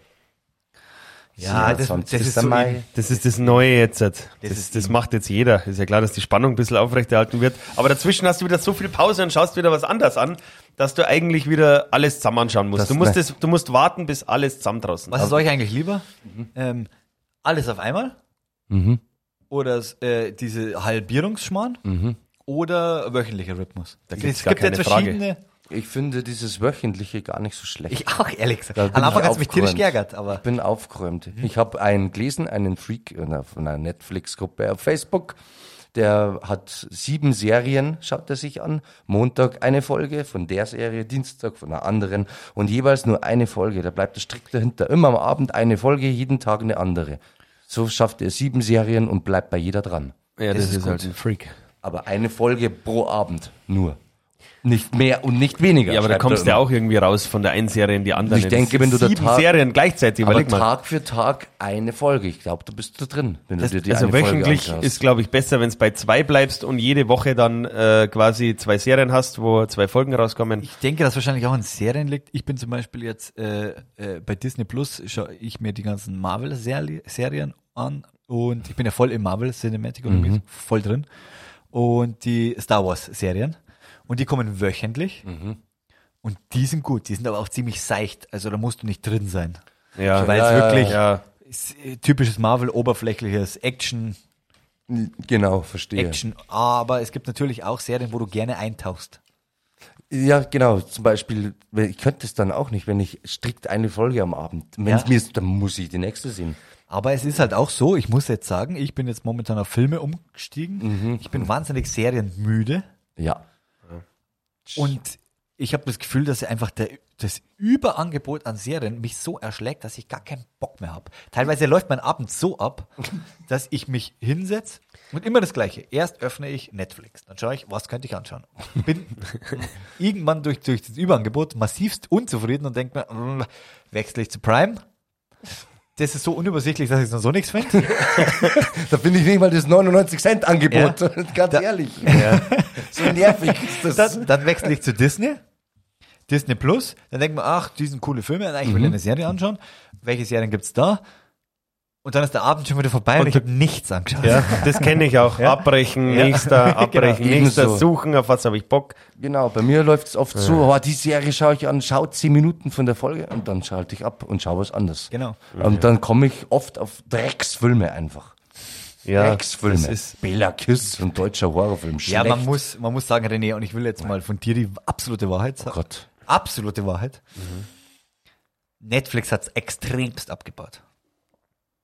ja, das, das,
27.
ist so
Mai.
Das ist das Neue jetzt. Das,
ist
das, macht jetzt jeder. Ist ja klar, dass die Spannung ein bisschen aufrechterhalten wird. Aber dazwischen hast du wieder so viel Pause und schaust wieder was anderes an, dass du eigentlich wieder alles zusammen anschauen musst.
Das-
du, musst
nein.
es, du musst warten, bis alles zusammen draußen
Was ist euch eigentlich lieber? Ähm, alles auf einmal? Oder äh, diese Halbierungsschmarrn? Oder wöchentlicher Rhythmus?
gibt's gar keine Frage.
Ich finde dieses wöchentliche gar nicht so schlecht.
Ich auch, ehrlich gesagt.
Da
Am
bin
Anfang
ich
hat es mich tierisch
aufgeräumt.
geärgert, aber
Ich bin aufgeräumt. Ich habe einen gelesen, einen Freak in einer- von einer Netflix-Gruppe auf Facebook. Der hat sieben Serien, schaut er sich an. Montag eine Folge von der Serie, Dienstag von einer anderen und jeweils nur eine Folge. Da bleibt er strikt dahinter. Immer am Abend eine Folge, jeden Tag eine andere. So schafft er sieben Serien und bleibt bei jeder dran.
Ja, das,
ist
ist,
gut.
halt ein Freak.
Aber eine Folge pro Abend nur. Nicht mehr und nicht weniger.
Ja, aber da
schreibt
kommst du
er
ja
immer.
auch irgendwie raus von der einen Serie in die andere.
Ich
Das
denke,
sind
wenn du da
sieben
Tag-
Serien gleichzeitig,
Aber
überleg mal.
Tag für Tag eine Folge. Ich glaube, du bist da drin, wenn du dir die
Also
eine Folge
wöchentlich
anschaust.
ist, glaube ich, besser, wenn es bei zwei bleibst und jede Woche dann äh, quasi zwei Serien hast, wo zwei Folgen rauskommen.
ich denke, dass wahrscheinlich auch an Serien liegt. Ich bin zum Beispiel jetzt äh, äh, bei Disney Plus, schaue ich mir die ganzen Marvel-Serien an und ich bin ja voll im Marvel Cinematic und bin voll drin. Und die Star Wars-Serien. Und die kommen wöchentlich. Und die sind gut, die sind aber auch ziemlich seicht. Also da musst du nicht drin sein.
ja,
Weil
ja,
es
ja,
wirklich
ja.
ist, äh, typisches Marvel oberflächliches Action,
Genau, verstehe.
Action. Aber es gibt natürlich auch Serien, wo du gerne eintauchst.
Ja, genau. Zum Beispiel, weil ich könnte es dann auch nicht, wenn ich strikt eine Folge am Abend. Wenn es
Ja.
mir ist, dann muss ich die nächste sehen.
Aber es ist halt auch so, ich muss jetzt sagen, ich bin jetzt momentan auf Filme umgestiegen. Ich bin wahnsinnig serienmüde
Ja.
und ich habe das Gefühl, dass einfach der, das Überangebot an Serien mich so erschlägt, dass ich gar keinen Bock mehr habe. Teilweise läuft mein Abend so ab, dass ich mich hinsetze und immer das Gleiche. Erst öffne ich Netflix, dann schaue ich, was könnte ich anschauen. Bin irgendwann durch, durch das Überangebot massivst unzufrieden und denke mir, "Mm, wechsle ich zu Prime. Das ist so unübersichtlich, dass ich noch so nichts finde.
Da finde ich nicht mal das 99-Cent-Angebot. [laughs] Ganz ehrlich. [laughs] So nervig ist das.
dann, dann wechsle ich zu Disney. Disney Plus. Dann denkt man, ach, die sind coole Filme. Nein, ich
Mhm.
will eine Serie anschauen. Welche Serien gibt's da? Und dann ist der Abend schon wieder vorbei und,
Und
ich habe nichts angeschaut.
Ja, das kenne ich auch. Abbrechen,
Ja.
nächster, abbrechen,
Genau.
nächster,
Ebenso.
suchen, auf was habe ich Bock.
Genau, bei mir läuft es oft so, oh, die Serie schaue ich an, schaue 10 Minuten von der Folge und dann schalte ich ab und schaue was anderes.
Genau.
Und dann komme ich oft auf Drecksfilme einfach.
Ja,
Drecksfilme.
das ist-
Bela Kiss, ein deutscher Horrorfilm.
Ja,
Schlecht.
man muss, man muss sagen, René, und ich will jetzt mal von dir die absolute Wahrheit sagen.
Oh Gott.
Absolute Wahrheit.
Mhm.
Netflix hat's extremst abgebaut.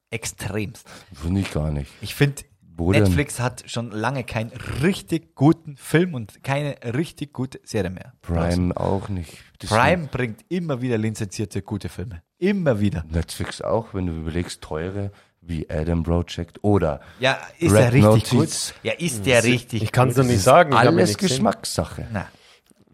Extremst.
Finde ich gar nicht.
Ich finde,
Wo denn?
Netflix hat schon lange keinen richtig guten Film und keine richtig gute Serie mehr.
Prime auch nicht. Das
Prime bringt immer wieder lizenzierte gute Filme. Immer wieder.
Netflix auch, wenn du überlegst, teure wie Adam Project oder
Ja, ist
Red Hm.
der richtig
Notice.
gut? Ja, ist der richtig
ich kann es noch
gut?
nicht sagen. ich hab ihn
alles
nicht gesehen.
Geschmackssache.
Na.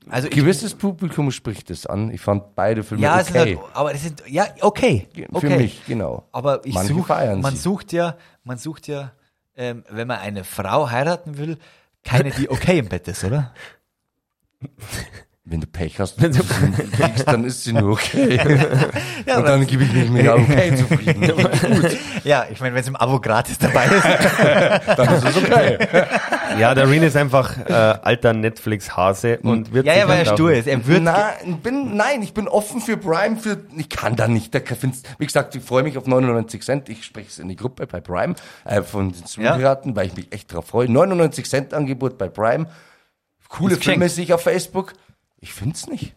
Also ich,
Gewisses Publikum spricht es an. Ich fand beide Filme
ja, es sind
okay.
halt, aber das sind ja okay. okay.
Für mich, genau.
Aber ich
Manche
suche,
feiern
man
sie.
sucht ja, man sucht ja, ähm, wenn man eine Frau heiraten will, keine, die okay im Bett ist, oder?
Wenn du
[laughs]
Pech hast, kriegst, dann ist sie nur okay.
[laughs] Ja,
Und dann gebe ich mich mit einer okay zufrieden.
ja ich meine, wenn es im Abo gratis dabei ist.
Dann ist es okay.
Ja, der Rin ist einfach äh, alter Netflix-Hase und wird
ja, ja,
sich
weil
halt
er
auch-
stur ist. Er wird
Genau. Na, bin, nein, ich bin offen für Prime. Für, ich kann da nicht. Da find's, wie gesagt, ich freue mich auf 99 Cent. Ich spreche es in die Gruppe bei Prime äh, von den Zuhörern, weil ich mich echt drauf freue. 99 Cent Angebot bei Prime. Coole
Ist geschenkt.
Filme sehe ich auf Facebook. Ich finde es nicht.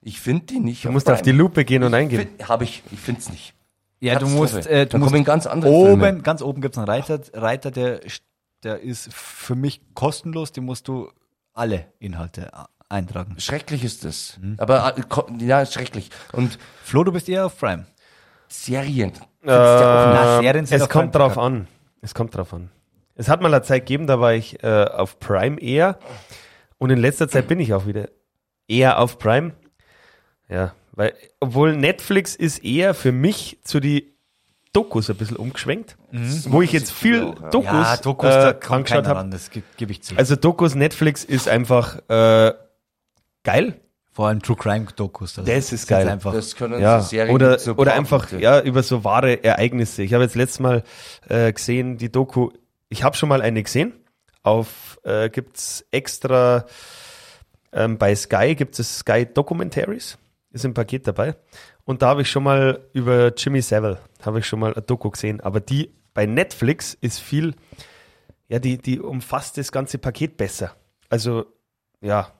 Ich finde die nicht.
Du musst auf die Lupe gehen und eingeben.
Habe ich. Ich finde es nicht.
Ja, du
Katastrophe.
musst, äh, du
Dann
musst
kommen ganz andere
oben,
Filme.
ganz oben gibt's einen Reiter, Reiter, der, st- der ist für mich kostenlos, den musst du alle Inhalte a- eintragen.
Schrecklich ist das.
Mhm.
Aber äh, ko- ja, schrecklich. Und
Flo, du bist eher auf Prime.
Serien.
Na,
Ähm,
Serien sind
es
auf
kommt
Prime
drauf an. Es kommt drauf an. Es hat mal eine Zeit gegeben, da war ich äh, auf Prime eher. Und in letzter Zeit bin ich auch wieder eher auf Prime. Ja, weil, obwohl Netflix ist eher für mich zu die Dokus ein bisschen umgeschwenkt, wo ich jetzt viel Dokus,
ja, Dokus,
äh,
da kommt
angeschaut
keiner
habe.
ran, das gebe geb ich zu.
Also Dokus Netflix ist einfach äh, geil.
Vor allem True Crime Dokus. Also
Das ist
sind
geil.
Einfach,
Das können
Ja,
so Serien
oder,
mit so
oder
paar-
einfach ja, über so wahre Ereignisse. Ich habe jetzt letztes Mal äh, gesehen, die Doku, ich habe schon mal eine gesehen. Auf äh, gibt's extra ähm, bei Sky gibt es Sky Documentaries, ist im Paket dabei. Und da habe ich schon mal über Jimmy Savile, habe ich schon mal eine Doku gesehen. Aber die bei Netflix ist viel, ja, die, die umfasst das ganze Paket besser. Also, ja,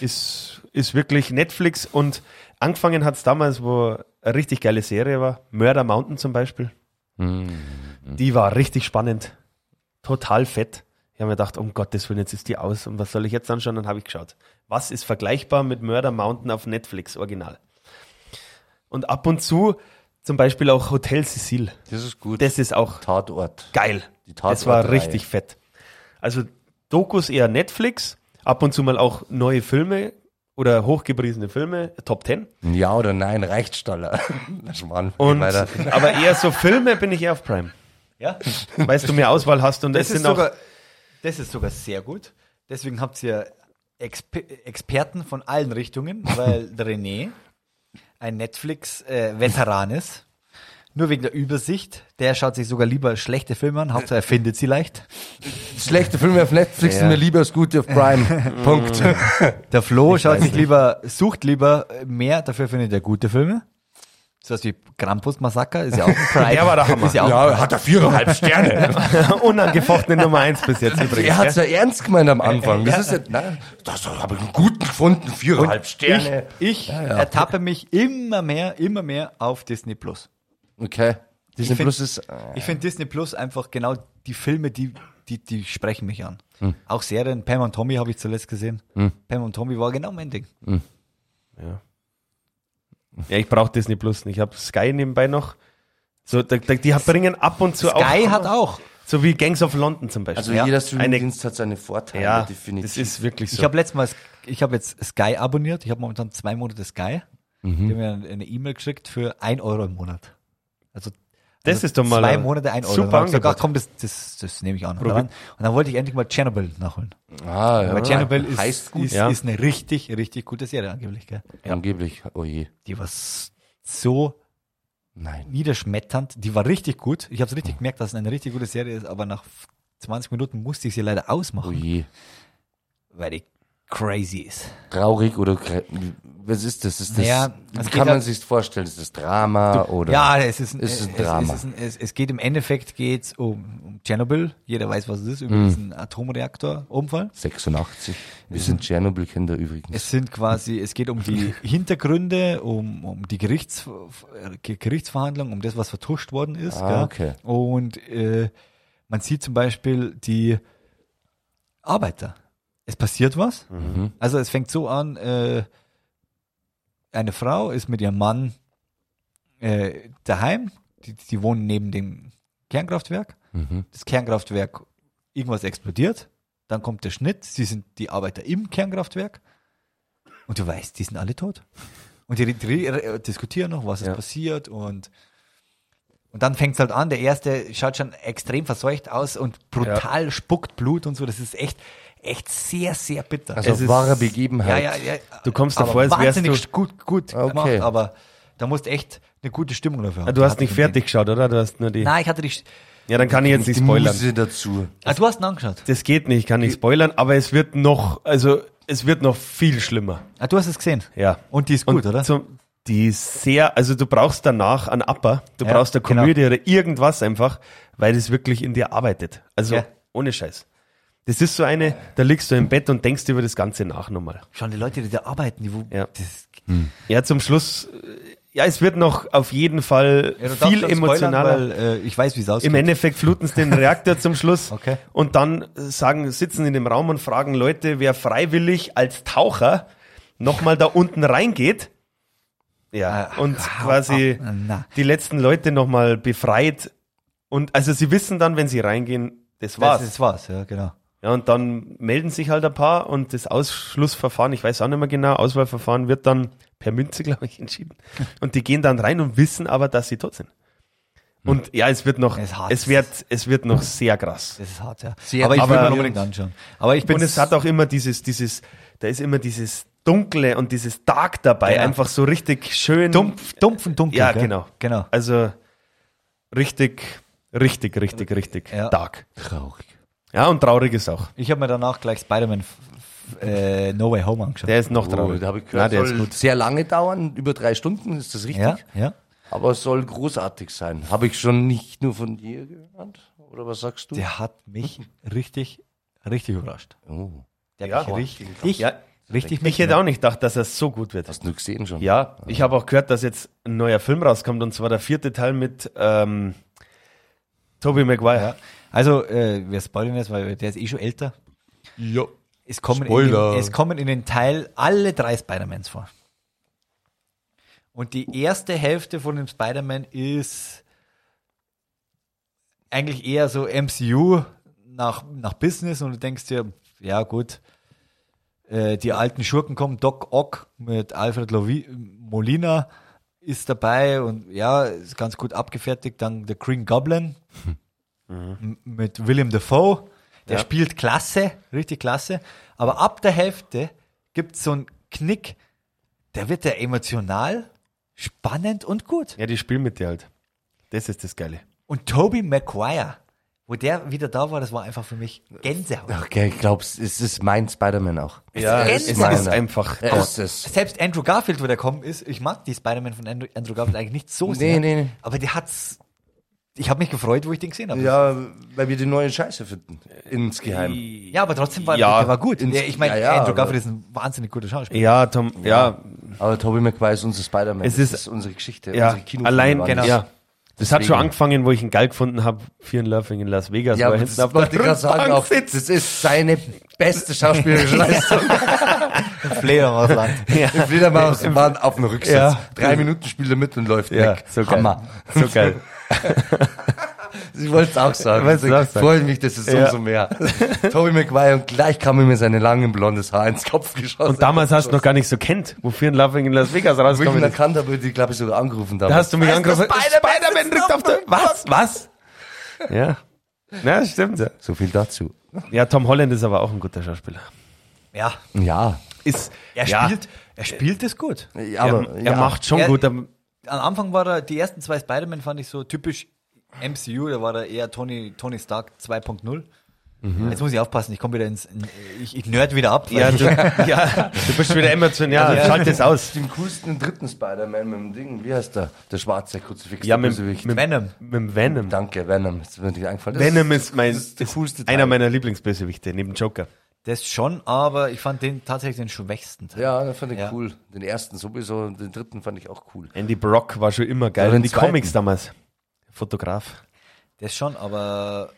Ist, ist wirklich Netflix und angefangen hat es damals, wo eine richtig geile Serie war. Murder Mountain zum Beispiel. Die war richtig spannend. Total fett. Ich habe mir gedacht, um Gottes Willen, jetzt ist die aus und was soll ich jetzt anschauen? Dann habe ich geschaut. Was ist vergleichbar mit Murder Mountain auf Netflix, original? Und ab und zu zum Beispiel auch Hotel Cecil.
Das ist gut.
Das ist auch
Tatort.
geil.
Die Tatort
das war
drei.
richtig fett. Also Dokus eher Netflix, ab und zu mal auch neue Filme oder hochgepriesene Filme, Top Ten.
Ein Ja oder nein, [laughs] Reichstaller. Na Schmarrn. geht
Und,
weiter.
[laughs] aber eher so Filme bin ich eher auf Prime.
Ja?
Weißt du, mehr Auswahl hast und
Das,
es
ist
sind auch
sogar, das ist sogar sehr gut. Deswegen habt ihr Exper Experten von allen
[laughs]
Richtungen, weil der René ein Netflix-Veteran ist. Nur wegen der Übersicht. Der schaut sich sogar lieber schlechte Filme an. Hauptsache er findet sie leicht.
Schlechte Filme auf Netflix sind mir lieber als gute auf Prime.
Mm. [laughs]
Punkt.
Der Flo schaut
weiß
sich
nicht.
lieber, sucht lieber äh, mehr, dafür findet er gute Filme. Sowas wie Krampus Massaker ist ja auch ein
[laughs]
Pride.
Der war der Hammer.
Ist ja auch
[laughs] Ja, hat er viereinhalb Sterne.
[laughs] unangefochtene Nummer eins bis jetzt übrigens.
er hat es ja ernst gemeint am Anfang. Das ist ja, nein, das habe ich einen guten gefunden, viereinhalb Sterne.
Ich ertappe mich immer mehr, immer mehr auf Disney Plus.
Okay. Disney
find-
Plus ist, äh,
Ich finde Disney Plus einfach genau die Filme, die, die, die sprechen mich an.
Hm.
Auch Serien, Pam und Tommy habe ich zuletzt gesehen. Pam und Tommy war genau mein Ding.
Ja, ich brauche Disney Plus nicht. Ich habe Sky nebenbei noch. So, da, da, die bringen ab und zu
Guy hat auch.
So wie Gangs of London zum Beispiel.
also
Ja.
jeder Streamingdienst hat seine Vorteile,
ja,
definitiv.
das ist wirklich so.
Ich habe letztes Mal, ich habe jetzt Sky abonniert. Ich habe momentan zwei Monate Sky.
Mhm.
Die haben mir eine E-Mail geschickt für ein Euro im Monat. Also
Das
also
ist doch mal
zwei
ein
Monate ein Euro.
super
Dann hab ich gesagt,
Angebot.
ach komm, das, das, das nehme ich an. Und
Probier.
dann, und dann wollte ich endlich mal Chernobyl nachholen.
ah, ja.
Weil Chernobyl ist,
heißt gut.
ist,
Ja.
ist eine richtig, richtig gute Serie angeblich. Gell?
Angeblich, oh je.
Die war s- so
Nein.
niederschmetternd. Die war richtig gut. Ich habe es richtig gemerkt, dass es eine richtig gute Serie ist, aber nach 20 Minuten musste ich sie leider
Oh
ausmachen,
je.
weil die crazy ist.
Traurig oder krä- was ist das? Ist das
Naja, es geht
kann man
halt-
sich vorstellen? Ist das Drama oder?
ja, es ist ein,
ist ein
es-
Drama.
Es, ist ein, es, es geht im Endeffekt geht's um, um Tschernobyl. Jeder weiß, was es ist, über
Mhm.
diesen Atomreaktorunfall.
86.
Mhm.
Wir sind Tschernobyl-Kinder übrigens.
Es sind quasi, es geht um
[laughs]
die Hintergründe, um, um die Gerichts, Ge- Gerichtsverhandlung, um das, was vertuscht worden ist.
Ah,
gell?
okay.
Und äh, man sieht zum Beispiel die Arbeiter. Es passiert was.
Mhm.
Also es fängt so an, äh, eine Frau ist mit ihrem Mann äh, daheim, die, die wohnen neben dem Kernkraftwerk.
Mhm.
Das Kernkraftwerk, irgendwas explodiert, dann kommt der Schnitt, sie sind die Arbeiter im Kernkraftwerk und du weißt, die sind alle tot. Und die re- re- re- diskutieren noch, was ist passiert und und dann fängt es halt an, der erste schaut schon extrem verseucht aus und brutal spuckt Blut und so. Das ist echt, echt sehr, sehr bitter.
also
es ist-
wahre Begebenheit.
Du kommst
Aber
davor, als wärst
wahnsinnig
du-
gut, gut
Okay.
gemacht, aber da musst echt eine gute Stimmung dafür
Ah,
haben.
du hast
Hatte ich
nicht
im
fertig geschaut, oder? Du hast nur die.
Ding. Nein, ich hatte die.
Ja, dann kann ich jetzt nicht
Die
spoilern.
Muse dazu.
Ah, du hast ihn angeschaut.
Das geht nicht, ich kann nicht spoilern, aber es wird noch, also es wird noch viel schlimmer.
Ah, du hast es gesehen.
Ja.
Und die ist gut, oder?
Zum, die ist sehr, also du brauchst danach einen Upper, du
Ja,
brauchst eine
genau.
Komödie oder irgendwas einfach, weil das wirklich in dir arbeitet. Also
Ja.
ohne Scheiß. Das ist so eine, da liegst du im Bett und denkst über das Ganze nach nochmal.
Schon die Leute, die da arbeiten, die wo,
Ja. Mhm.
das,
Ja, zum Schluss, äh, ja, es wird noch auf jeden Fall
Ja, du darfst
viel
schon spoilern,
emotionaler.
weil, äh, ich weiß, wie es
Im
ausgeht.
Endeffekt fluten sie den Reaktor zum
[laughs]
Schluss
Okay.
und dann sagen, sitzen in dem Raum und fragen Leute, wer freiwillig als Taucher nochmal da unten reingeht. Ja,
Ah,
und
hau
quasi
ab. Na.
die letzten Leute nochmal befreit. Und also sie wissen dann, wenn sie reingehen, das war's.
Das, das war's, ja, genau.
Ja, und dann melden sich halt ein paar und das Ausschlussverfahren, ich weiß auch nicht mehr genau, Auswahlverfahren wird dann per Münze, [laughs] glaube ich, entschieden. Und die gehen dann rein und wissen aber, dass sie tot sind. Und ja, es wird noch,
Es
es,
hat-
wird, es wird noch sehr krass.
Das ist hart, ja.
Sehr
aber ich will mir
aber-
unbedingt anschauen. Aber ich bin
Und es hat auch immer dieses, dieses, da ist immer dieses Dunkle und dieses Dark dabei,
Ja.
einfach so richtig schön.
dumpf, dumpf und dunkel.
Ja,
gell?
genau.
Genau.
Also richtig, richtig, richtig, richtig
Ja.
dark.
Traurig.
Ja, und traurig ist auch.
Ich habe mir danach gleich Spider-Man f- f- äh, No Way Home angeschaut.
Der ist noch
Oh,
traurig.
da habe ich
Na,
gehört,
der ist
soll
gut.
sehr lange dauern, über drei Stunden, ist das richtig?
ja, ja.
Aber es soll großartig sein. Habe ich schon nicht nur von dir gehört? Oder was sagst du?
Der hat mich richtig, richtig überrascht.
Oh.
Der hat
Ja.
mich richtig.
Ja,
Richtig
Ich hätte auch nicht gedacht, dass er so gut wird.
Hast du gesehen schon?
Ja, ich habe auch gehört, dass jetzt ein neuer Film rauskommt und zwar der vierte Teil mit ähm, Tobey Maguire.
Also, äh, wir spoilern jetzt, weil der ist eh schon älter.
Ja.
Es kommen, in
Spoiler.
den, es kommen in den Teil alle drei Spider-Mans vor. Und die erste Hälfte von dem Spider-Man ist eigentlich eher so MCU nach, nach Business und du denkst dir, ja gut, äh, die alten Schurken kommen, Doc Ock mit Alfred Lovi Molina ist dabei und ja, ist ganz gut abgefertigt. Dann der Green Goblin m- mit Willem Dafoe, der spielt klasse, richtig klasse. Aber ab der Hälfte gibt es so einen Knick, der wird ja emotional, spannend und gut.
Ja, die spielen mit dir halt. Das ist das Geile.
Und Toby Maguire, wo der wieder da war, das war einfach für mich Gänsehaut.
Okay, ich glaub's, es ist mein Spider-Man auch.
Ja,
ist
es ist
meiner.
einfach.
Er ist es.
Selbst Andrew Garfield, wo der kommen ist, ich mag die Spider-Man von Andrew, Andrew Garfield eigentlich nicht so
Nee,
sehr.
nee, nee.
Aber der hat's. Ich habe mich gefreut, wo ich den gesehen habe.
Ja, weil wir die neue Scheiße finden. Insgeheim.
Ja, aber trotzdem war
Ja.
der war gut.
Ins-
Der, ich meine,
Ja, ja,
Andrew
aber-
Garfield ist ein wahnsinnig guter Schauspieler.
Ja, Tom, ja,
Aber Tobey Maguire ist unser Spider-Man.
Es ist-
das ist unsere Geschichte.
ja,
unsere Kinofilme
allein,
waren
genau.
das.
Ja. Das hat schon
Deswegen.
angefangen, wo ich einen Geil gefunden habe, Fear and Loving in Las Vegas,
Ja,
wo er
aber
hinten
das
auf
wollte
der
ich gerade sagen.
Rückbank
Auch,
sitzt.
das ist seine beste
[laughs]
schauspielerische Leistung.
Flair aus Land. [laughs]
Wieder mal aus dem Bahn auf dem Rücksitz.
Ja.
Drei Minuten spielt er mit und läuft
Ja,
weg.
so geil.
Hammer.
[laughs] So geil.
Ich wollte es auch sagen.
Wolltest du auch
Ich
sagen.
freue mich, das ist
Ja.
umso mehr. [laughs] Toby Maguire und gleich kam ihm seine langen blondes Haar ins Kopf geschossen.
Und damals hast du noch gar nicht so kennt, wo Fear and Loving in Las Vegas
Wo ich ihn
rausgekommen ist.
erkannt habe, die, glaube ich, sogar angerufen
Da
damals.
hast du mich angerufen. Spider-Man rückt auf der. Was? Was? Ja. Na, stimmt ja.
so viel dazu.
Ja, Tom Holland ist aber auch ein guter Schauspieler.
Ja,
Ja,
Ist,
er
ja,
spielt, er spielt es gut.
aber
er,
ja.
er macht schon
Er-
gut. aber-
Am Anfang war er, die ersten zwei Spider-Man fand ich so typisch MCU, da war er eher Tony, Tony Stark 2.0. Jetzt muss ich aufpassen, ich komme wieder ins, in, ich, ich nerd wieder ab. weil
[laughs] Ja
ich,
du, ja, du bist wieder emotional.
Ja.
Schalt das aus.
den coolsten dritten Spider-Man mit dem Ding. Wie heißt der? Der schwarze Kruzifix.
Ja,
der
mit,
Bösewicht.
mit, mit
Venom.
dem Venom.
Danke, Venom. Das ist mir nicht eingefallen. Das
Venom ist, mein,
das ist der coolste Teil.
einer meiner Lieblingsbösewichte, neben Joker.
Das schon, aber ich fand den tatsächlich den schwächsten Teil.
Ja, den fand ich
Ja.
cool. Den ersten sowieso und den dritten fand ich auch cool.
Andy Brock war schon immer geil.
Ja, den
in die
zweiten.
Comics damals. Fotograf.
Das schon, aber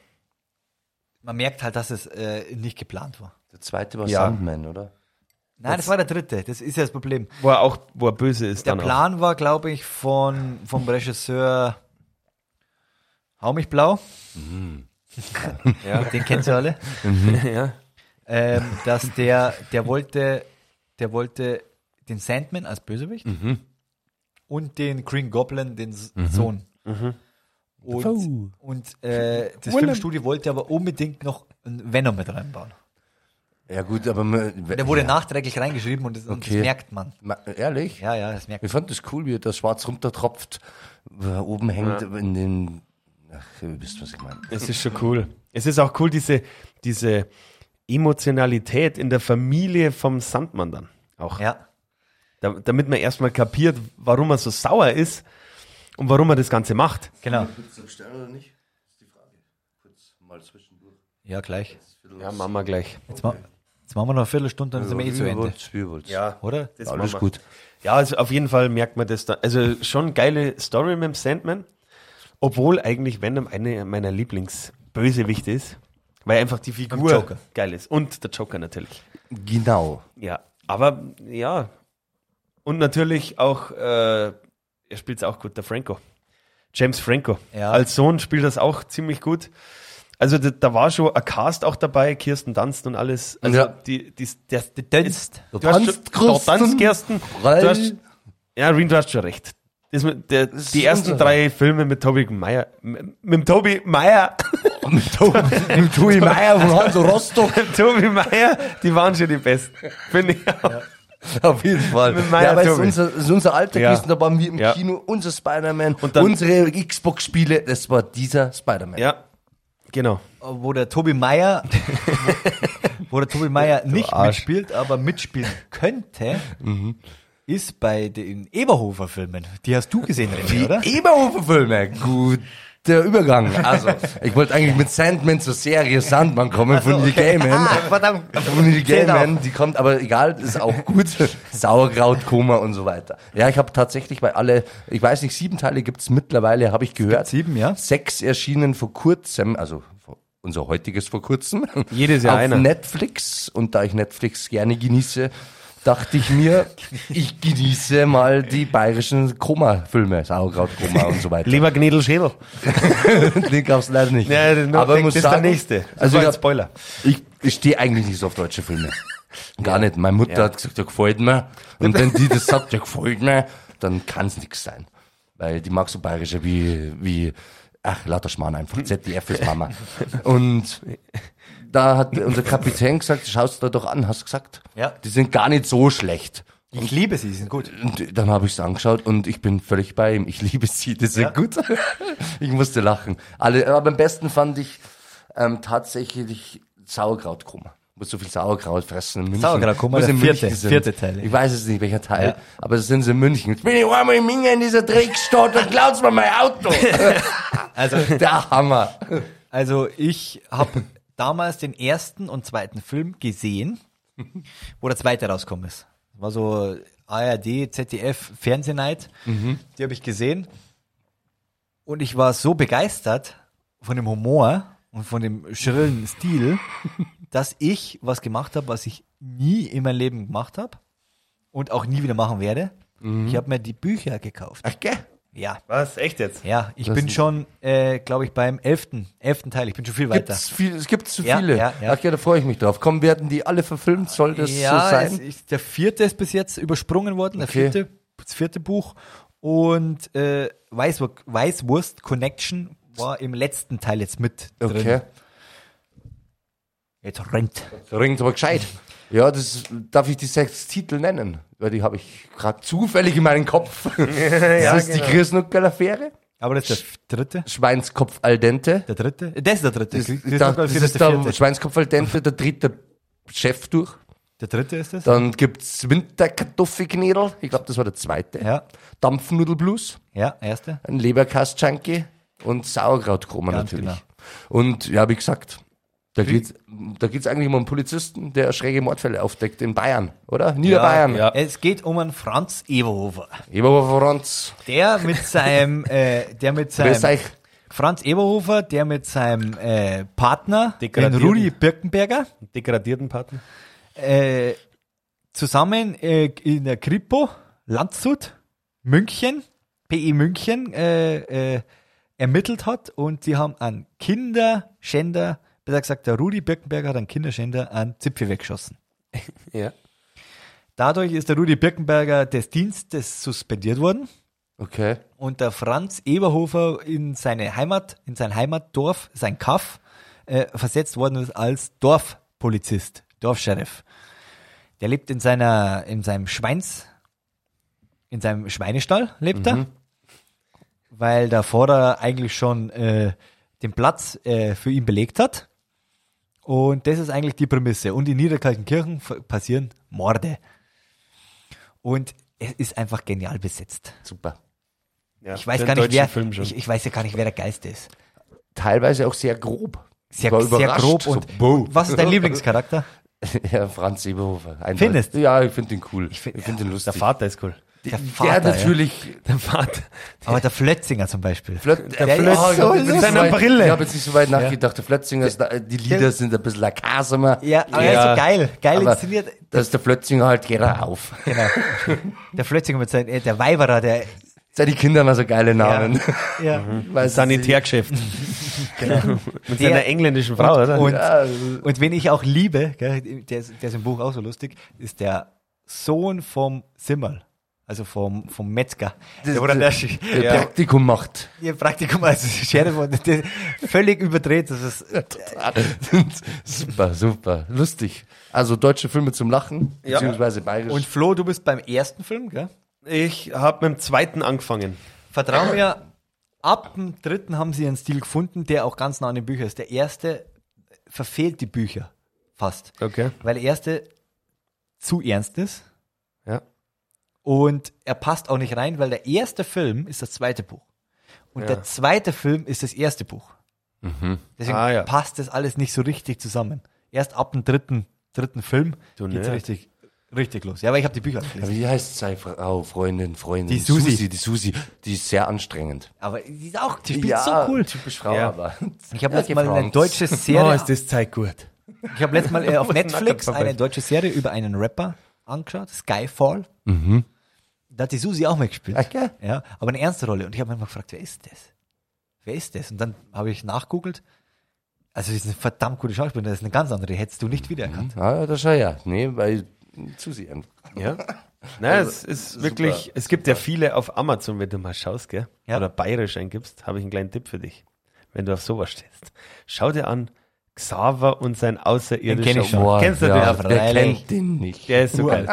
man merkt halt, dass es äh, nicht geplant war.
Der zweite war
Ja.
Sandman, oder?
Nein, das, war der dritte, das ist ja das Problem.
Wo er auch, wo er böse ist
Der
dann
Plan war, glaube ich, von, vom Regisseur Hau mich blau. [laughs] Ja. Den kennt ihr alle. [laughs]
auch. Mhm. ja.
ähm, dass der, der wollte, der wollte den Sandman als Bösewicht
Mhm.
und den Green Goblin, den S- Sohn.
Mhm.
Und, und äh, das Filmstudio wollte aber unbedingt noch einen Venom mit reinbauen.
Ja gut, aber...
Der
Der
wurde nachträglich reingeschrieben und das, und das
Okay.
merkt man.
Ehrlich?
Ja, ja, das merkt
Ich fand das cool, wie das schwarz runtertropft, wo er oben hängt in den. Ach, ihr wisst, was ich meine.
Es ist schon cool. Es ist auch cool, diese, diese Emotionalität in der Familie vom Sandmann dann auch.
man. Ja.
Da, damit man erstmal kapiert, warum er so sauer ist und warum er das Ganze macht.
Genau.
Willst du bestellen oder nicht? Ist die Frage. Kurz mal zwischendurch.
Ja, gleich.
Ja, machen wir gleich.
Jetzt, ma jetzt machen wir noch eine Viertelstunde, dann sind wir eh zu Ende.
Ja,
Oder?
Das
alles
machen wir.
gut.
Ja, also auf jeden Fall merkt man das da. Also schon geile Story mit dem Sandman. Obwohl eigentlich Venom eine meiner Lieblingsbösewichte ist. Weil einfach die Figur
Joker.
geil ist. Und der Joker natürlich.
Genau.
Ja. Aber ja. Und natürlich auch, äh, er spielt es auch gut, der Franco. James Franco.
Ja.
Als Sohn spielt das auch ziemlich gut. Also da, da war schon ein Cast auch dabei, Kirsten Dunst und alles. Also
Ja.
die, die, der, der,
Dönst.
Du
Kirsten. Dunst, Kirsten. Du hast, ja, Rin, du hast schon recht. Das, mit der,
ist
die ersten
unsere.
drei Filme mit Toby Meyer, mit dem Toby Meyer,
[laughs]
[laughs]
mit Tobi Meier von Hanso Rostock.
Toby Meyer, die waren schon die besten. Finde ich auch.
[laughs] Auf jeden Fall.
Mit Meier
Ja, aber es ist
Tobi.
unser, es ist unser alter
Ja.
Christen, da waren wir im
Ja.
Kino, unser Spider-Man,
Und dann-
unsere Xbox-Spiele, das war dieser Spider-Man.
Ja, genau.
wo der Tobi Meier, wo der Tobi Meier nicht
Arsch.
mitspielt, aber mitspielen könnte, ist bei den Eberhofer-Filmen. Die hast du gesehen, René, oder?
Eberhofer-Filme, gut. der Übergang. Also,
[laughs]
ich wollte eigentlich mit Sandman zur Serie Sandman kommen von The Gaiman.
Ah,
Verdammt.
[laughs] Von The
Zählt
Genau.
Gaiman, die kommt, aber egal, ist auch
[laughs]
gut. Sauerkraut, Koma und so weiter. Ja, ich habe tatsächlich bei alle, ich weiß nicht, sieben Teile gibt's mittlerweile, habe ich gehört.
sieben, ja?
Sechs erschienen vor kurzem, also vor- unser heutiges vor kurzem.
Jedes Jahr
auf
einer.
Netflix und da ich Netflix gerne genieße, dachte ich
[laughs]
mir, ich genieße mal die bayerischen Koma-Filme, Sauerkraut-Koma und so weiter.
Lieber Gnädel Schädel.
Den gab's leider nicht.
Ja, der
Aber
Norddeck
ich muss
ist der
sagen,
nächste. Das
Also
war
ich,
ein
hab-
Spoiler.
ich, ich stehe eigentlich nicht so auf deutsche
[laughs]
Filme. Gar nicht. Meine Mutter hat gesagt, der gefällt mir. Und wenn die das sagt, der gefällt mir, dann kann's nix sein. Weil die mag so bayerische wie, wie, ach, lauter Schmarrn einfach. ZDF ist Mama. Und da hat unser Kapitän gesagt, schaust du da doch an, hast gesagt.
Ja.
Die sind gar nicht so schlecht.
Ich liebe sie, sie sind gut.
Und dann habe ich es angeschaut und ich bin völlig bei ihm. Ich liebe sie, das ist gut. [laughs] Ich musste lachen. Alle, aber am besten fand ich ähm, tatsächlich Sauerkrautkoma. Muss so viel Sauerkraut fressen in München.
Sauerkrautkoma,
Muss
der
in
vierte-
München sind.
vierte Teil.
Ich weiß jetzt nicht, welcher Teil, aber es sind sie in München. Jetzt bin ich einmal in Minge in dieser Dreckstadt und klaut's mir mein
[laughs]
Auto.
Also,
Der Hammer.
also ich habe damals den ersten und zweiten Film gesehen, wo der zweite rausgekommen ist. War so ARD, ZDF, Fernsehnight. Die habe ich gesehen. Und ich war so begeistert von dem Humor und von dem schrillen Stil, dass ich was gemacht habe, was ich nie in meinem Leben gemacht habe und auch nie wieder machen werde. Ich habe mir die Bücher gekauft.
Ach, gell?
Ja.
Was? Echt jetzt?
Ja, ich bin schon, äh, glaube ich, beim elften, elften Teil. Ich bin schon viel weiter.
Gibt's viel, es gibt zu
Ja,
viele.
ja, ja.
Ach ja, da freue ich mich drauf. Komm, werden die alle verfilmt? Soll das
ja,
so sein?
Es ist, der vierte ist bis jetzt übersprungen worden, der
Okay.
vierte, das vierte Buch. Und äh, Weißwur Weißwurst Connection war im letzten Teil jetzt mit drin.
okay.
Jetzt rennt.
Ringt aber gescheit. Ja, das darf ich die sechs Titel nennen, weil die habe ich gerade zufällig in meinem
[laughs]
Kopf. das ist
genau.
die Christnuckel-Affäre,
Aber das ist der dritte?
Schweinskopf al dente.
Der dritte? Das ist der dritte.
Das,
Christoph
da,
Gott,
das
vier,
ist
der,
der
vierte.
Schweinskopf al dente, der dritte Chef durch.
der dritte ist das?
Dann gibt's Winterkartoffelknädel, ich glaube, das war der zweite.
Ja.
Dampfnudelblues,
Ja, erste.
ein Leberkast-Junkie und Sauerkrautkoma
Ganz
natürlich.
genau.
Und ja, wie gesagt, da geht's, da geht's eigentlich um einen Polizisten, der schräge Mordfälle aufdeckt in Bayern, oder? Niederbayern.
Ja. Es geht um einen Franz Eberhofer.
Eberhofer Franz.
Der mit
[laughs]
seinem, äh, der mit
Grüß
seinem
euch.
Franz Eberhofer, der mit seinem äh, Partner, den
Degradierten.
Rudi Birkenberger,
Degradierten Partner.
äh, zusammen äh, in der Kripo, Landshut, München, PE München, äh, äh, ermittelt hat und die haben einen Kinderschänder, besser gesagt, der Rudi Birkenberger hat einen Kinderschänder an Zipfel weggeschossen.
Ja.
Dadurch ist der Rudi Birkenberger des Dienstes suspendiert worden.
Okay.
und der Franz Eberhofer in seine Heimat, in sein Heimatdorf, sein Kaff, äh, versetzt worden ist als Dorfpolizist, Dorfsheriff. Der lebt in seiner, in seinem Schweins, in seinem Schweinestall lebt er, weil der Vorder eigentlich schon äh, den Platz äh, für ihn belegt hat. Und das ist eigentlich die Prämisse. Und in Niederkaltenkirchen f- passieren Morde. Und es ist einfach genial besetzt.
Super.
ja.
Ich weiß
Den
gar nicht,
deutschen
wer,
Film schon.
Ich, ich weiß ja gar nicht, wer der Geist ist.
Teilweise auch sehr grob. [laughs]
Sehr,
War
sehr
überrascht,
grob
so,
und,
boah.
und was ist dein Lieblingscharakter?
Ja, Franz Eberhofer. Ein-
Findest?
Ja, ich finde den cool. Ich
find-
finde find den
Der
lustig.
Vater ist cool.
Der
der
Vater. ja.
natürlich.
Der Vater.
Aber der Flötzinger zum Beispiel.
Flöt, der
Flötz- so
ich hab jetzt
mit
nicht
seiner
weit,
Brille.
Ich habe jetzt nicht so weit nachgedacht. Der Flötzinger, ist, da- die Lieder sind ein bisschen lakasamer.
ja, aber er
Ja.
ist so geil. Geil
Aber
inszeniert.
da ist der Flötzinger halt, geht er auf.
Genau. der Flötzinger mit seinen, äh, der Weiberer, der.
Seine Kinder haben so geile
Ja.
Namen.
ja.
Weil sie-
[laughs] Sanitärgeschäft. Genau.
[laughs]
Mit
Der-
seiner engländischen Frau, oder?
Und,
Ja,
und wen ich auch liebe, gell, der, ist, der ist im Buch auch so lustig, ist der Sohn vom Simmerl. Also vom, vom Metzger. Der, oder der,
der
der,
Praktikum macht.
ihr Praktikum als Sheriff und der, völlig überdreht. Das ist
[laughs] super, super. Lustig. Also deutsche Filme zum Lachen, beziehungsweise bayerisch.
Und Flo, du bist beim ersten Film, gell?
Ich habe mit dem zweiten angefangen.
Vertrau mir, ab dem dritten haben sie ihren Stil gefunden, der auch ganz nah an den Büchern ist. Der erste verfehlt die Bücher fast,
Okay.
weil der erste zu ernst ist
Ja.
und er passt auch nicht rein, weil der erste Film ist das zweite Buch. Und
Ja.
der zweite Film ist das erste Buch. Deswegen
Ah, ja.
passt das alles nicht so richtig zusammen. Erst ab dem dritten, dritten Film
Du
geht's
Nerd.
richtig, richtig los. Ja, aber ich habe die Bücher
Ja,
gelesen.
wie heißt seine Frau, oh, Freundin, Freundin?
Die Susi.
Die Susi, die ist sehr anstrengend.
Aber die ist auch, die spielt
Ja,
so cool.
Typisch Frau,
Ja.
aber.
Ich habe
Ja,
letztes Mal eine
gefragt.
[laughs] deutsche
Oh,
Serie
ist das Zeit gut.
Ich habe letztes Mal [laughs] äh, auf Netflix
Nackerpappe.
eine deutsche Serie über einen Rapper angeschaut, Skyfall.
Mhm.
Da hat die Susi auch mitgespielt.
[laughs] Ach, gell?
Ja, aber eine ernste Rolle. Und ich habe mich immer gefragt, wer ist das? Wer ist das? Und dann habe ich nachgoogelt. Also, sie ist eine verdammt gute Schauspielerin. Das ist eine ganz andere. Hättest du nicht wiedererkannt.
Ah, das schau ja. Nee, weil Susi einfach.
Ja. Nein, es ist wirklich, es gibt ja viele auf Amazon, wenn du mal schaust, gell?
Ja.
Oder bayerisch eingibst, habe ich einen kleinen Tipp für dich. Wenn du auf sowas stehst. Schau dir an, Xaver und sein
Den kenn
außerirdischer
ich schon.
Humor. Kennst du
ja,
den?
Wer
freilich.
kennt den nicht?
Der ist so geil.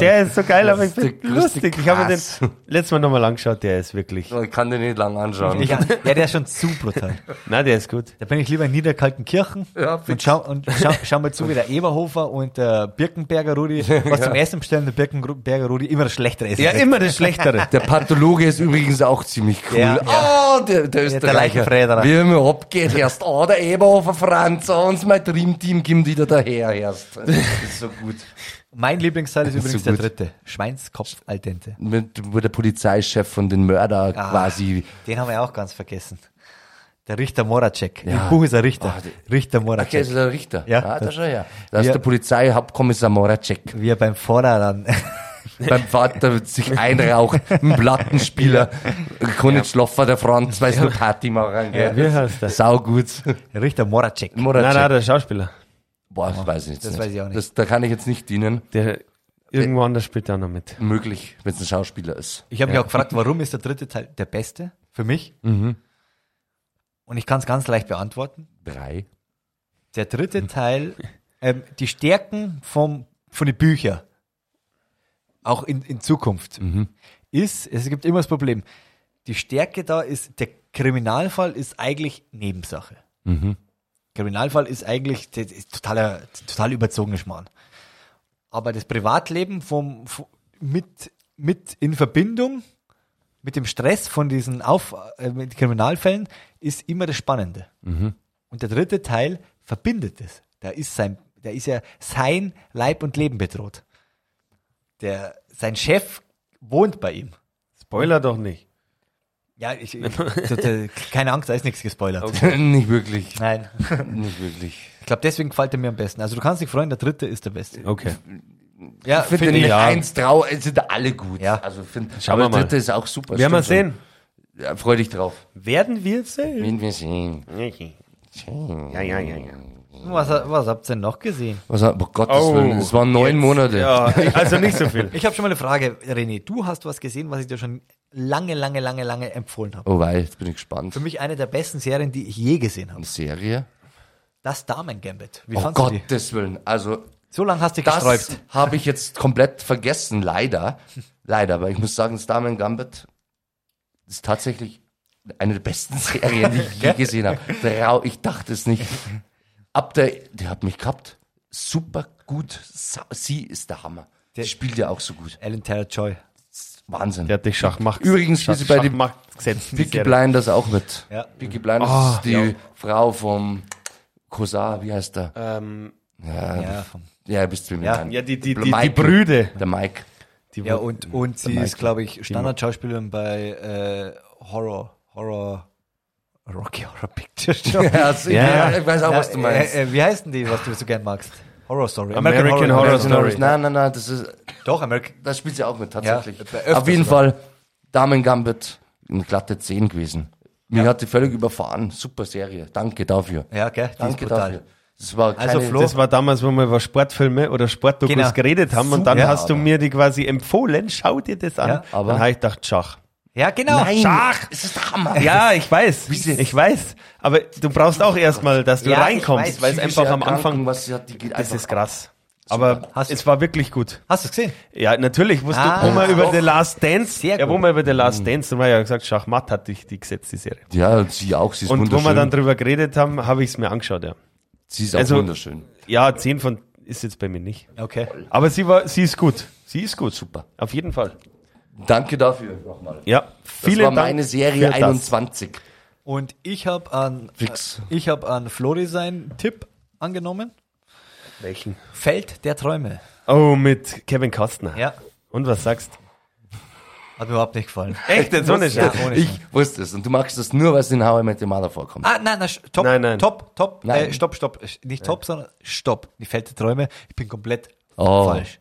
Der ist so geil, aber ich
ist
bin
der größte
lustig. Ich habe mir
Kass.
den letztes Mal nochmal angeschaut, der ist wirklich.
Ich kann den nicht lang anschauen.
Mhm.
Ich, ja, der ist schon zu brutal.
Na, der ist gut.
Da bin ich lieber in Niederkaltenkirchen
Ja,
und schau, und schau,
[laughs]
schau mal zu, wie der Eberhofer und der Birkenberger Rudi, was zum Essen bestellen, der Birkenberger Rudi immer das schlechtere Essen.
Ja,
kriegt.
immer das Schlechtere.
Der Pathologe ist übrigens auch ziemlich cool.
Ja,
Oh, der, der Österreicher.
Leichenfrederer.
Wie er mir abgeht, erst. Oh, der Eberhofer Franz. Oh, und mein Dreamteam kommt wieder daher, erst. Das ist so gut.
Mein Lieblingsteil ist
Das ist
übrigens
so
der
gut.
dritte. Schweinskopf al dente.
Mit, wo der Polizeichef von den Mörder
Ah,
quasi.
Den haben wir auch ganz vergessen. Der Richter Moracek.
Ja.
Im Buch ist er Richter.
Ah, die-
Richter
Okay,
Moracek.
ist der Richter.
Ja.
ah, da schau her. Da ist
Ja.
der Polizeihauptkommissar Moracek.
Wie er beim Vorder dann. [laughs]
Beim Vater sich einraucht, ein Plattenspieler. Kann nicht schlafen, der Franz, weil es nur Party machen. Gell?
wie heißt der?
Sau gut.
Richter Moracek.
Moracek.
Nein, nein, der Schauspieler.
Boah, das weiß ich jetzt
Das
nicht.
weiß ich auch nicht.
Das, da kann ich jetzt nicht dienen.
Der irgendwo anders spielt er auch noch mit.
Möglich, wenn es ein Schauspieler ist.
Ich habe mich auch gefragt, warum ist der dritte Teil der beste für mich? Und ich kann es ganz leicht beantworten.
Drei. [laughs]
Der dritte Teil, ähm, die Stärken vom, von den Büchern, auch in, in Zukunft, ist, es gibt immer das Problem, die Stärke da ist, der Kriminalfall ist eigentlich Nebensache. Kriminalfall ist eigentlich das ist totaler, total überzogener Schmarrn. Aber das Privatleben vom, vo- mit, mit in Verbindung mit dem Stress von diesen Auf, äh, mit Kriminalfällen ist immer das Spannende. Und der dritte Teil verbindet es. Da ist sein, da ist ja sein Leib und Leben bedroht. Der, sein Chef wohnt bei ihm.
Spoiler doch nicht.
Ja, ich, [laughs] ich, total- keine Angst, da ist nichts gespoilert.
nicht wirklich.
Nein.
Nicht wirklich.
Ich glaube, deswegen gefällt er mir am besten. Also du kannst dich freuen, der dritte ist der beste.
Okay.
Ja,
Finde
find
den
ich.
eins trau, es sind alle gut.
Ja.
Also find,
Schauen wir
aber
mal.
dritte ist auch super.
Werden wir
stimmt
sehen.
schon. Ja, freu dich drauf.
Werden wir sehen.
Wenn wir sehen.
Ja, ja, ja, ja.
Was, was habt ihr denn noch gesehen?
Was, oh Gottes
Oh,
Willen, es waren neun Monate.
Ja, also nicht
[laughs]
so viel.
Ich habe schon mal eine Frage, René. Du hast was gesehen, was ich dir schon lange, lange, lange, lange empfohlen habe.
Oh wei, jetzt bin ich gespannt.
Für mich eine der besten Serien, die ich je gesehen habe.
Eine Serie?
Das Damen-Gambit. Wie
Oh
fandst du die?
Gottes Willen. Also
So lange hast du dich
das
gesträubt.
habe ich jetzt komplett vergessen, leider. Leider, weil ich muss sagen, das Damen Gambit ist tatsächlich eine der besten [laughs] Serien, die ich je gesehen habe. Trau, ich dachte es nicht. Ab der, der hat mich gehabt. Super gut. Sa- Sie ist der Hammer. Der spielt ja auch so gut.
Alan Taylor-Joy.
Wahnsinn.
Der hat dich Schachmacht.
Übrigens spielt sie bei dem
Schachmacht gesetzt.
Peaky Blinders auch mit.
Ja.
Peaky Blinders
Ah,
ist die Frau vom Cousin, wie heißt der?
Ähm,
Ja,
Ja, vom,
ja, bist du mir
Ja.
ein.
ja, die, die, die, die
Michael.
Brüde.
Der Mike.
Die
ja und, und sie
Michael.
ist, glaube ich, Standardschauspielerin bei äh, Horror, Horror, Rocky Horror Picture Show.
[laughs] Ja, also,
Ja.
ich weiß auch, was
Ja,
du meinst.
Äh, äh, wie heißt denn die, was du so gern magst? Horror Story.
American Horror Story.
Nein, nein, nein, das ist,
Doch, American.
das spielt sie auch mit, tatsächlich.
Ja, öfters
Auf jeden
sogar.
Fall, Damen Gambit, eine glatte 10 gewesen. Mir hat die völlig überfahren. Super Serie. Danke dafür.
Ja, gell, die ist
Danke
brutal.
dafür. Das war keine,
Also Flo-
Das war damals, wo wir über Sportfilme oder Sportdokus
Genau.
geredet haben und
Super,
dann hast du
aber-
mir die quasi empfohlen, schau dir das an.
Ja,
aber-
dann habe ich gedacht, Schach.
Ja, genau.
Nein,
Schach!
Es ist der Hammer.
Ja, ich weiß,
Wieso?
ich weiß, aber du brauchst auch erstmal, dass du
Ja, ich weiß.
reinkommst, weil es
Psychische
einfach am
Erkrankung,
Anfang,
Was sie hat, die geht
das
einfach
ist krass. Aber
Hast du-
es war wirklich gut.
Hast du gesehen?
Ja, natürlich, wusste,
Ah,
wo wir über
doch.
The Last Dance,
Sehr
ja, wo
gut.
wir über The Last Dance, dann war ja gesagt, Schachmatt hat dich die gesetzt, die Serie.
Ja, und sie auch. Sie ist
Und wo
wunderschön.
wir dann drüber geredet haben, habe ich es mir angeschaut, ja.
sie ist auch
also-
wunderschön.
Ja, 10 von ist jetzt bei mir nicht.
Okay.
Aber sie war, sie ist gut. Sie ist gut.
Super.
Auf jeden Fall.
Danke dafür nochmal.
Ja,
Das
vielen
war
Dank.
meine Serie
für das.
21.
Und ich habe an,
Fix.
ich habe an Flori seinen Tipp angenommen.
Welchen?
Feld der Träume.
Oh, mit Kevin Costner.
Ja,
Und was sagst
hat mir überhaupt nicht gefallen.
Echt, jetzt ohne
Ja,
Scheiß.
ohne Scheiß.
Ich wusste es. Und du machst das nur, was in How I Met Your Mother vorkommt.
Ah, nein, nein, stopp,
Nein, nein.
top, top,
Nein.
Äh, stopp, stopp. Nicht top, sondern stopp. Die Feld der Träume. Ich bin komplett
Oh.
falsch.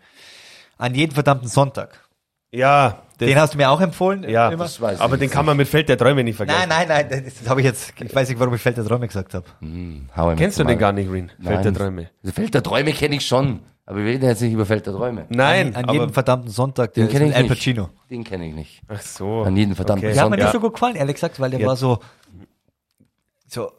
An jeden verdammten Sonntag.
Ja, das,
Den hast du mir auch empfohlen?
ja
immer?
das weiß ich
aber den
jetzt
kann man mit Feld der Träume nicht vergessen.
Nein, nein, nein, das, das habe ich jetzt, ich weiß nicht, warum ich Feld der Träume gesagt habe.
How I Met
Kennst du
Your
den
Mother.
gar nicht, Rin?
Nein. Also
Feld der Träume.
Feld der Träume kenne ich schon. Aber wir reden jetzt nicht über Feld der Träume.
Nein,
an, an jedem
aber,
verdammten Sonntag, der
Den
ist
kenne
mit
ich
Al
nicht.
Pacino.
Den kenne ich nicht.
ach so.
An jeden verdammten
Oh, okay.
Der hat mir nicht
Sonntag. Ja.
so gut gefallen, ehrlich gesagt, weil der
Ja.
war so, so,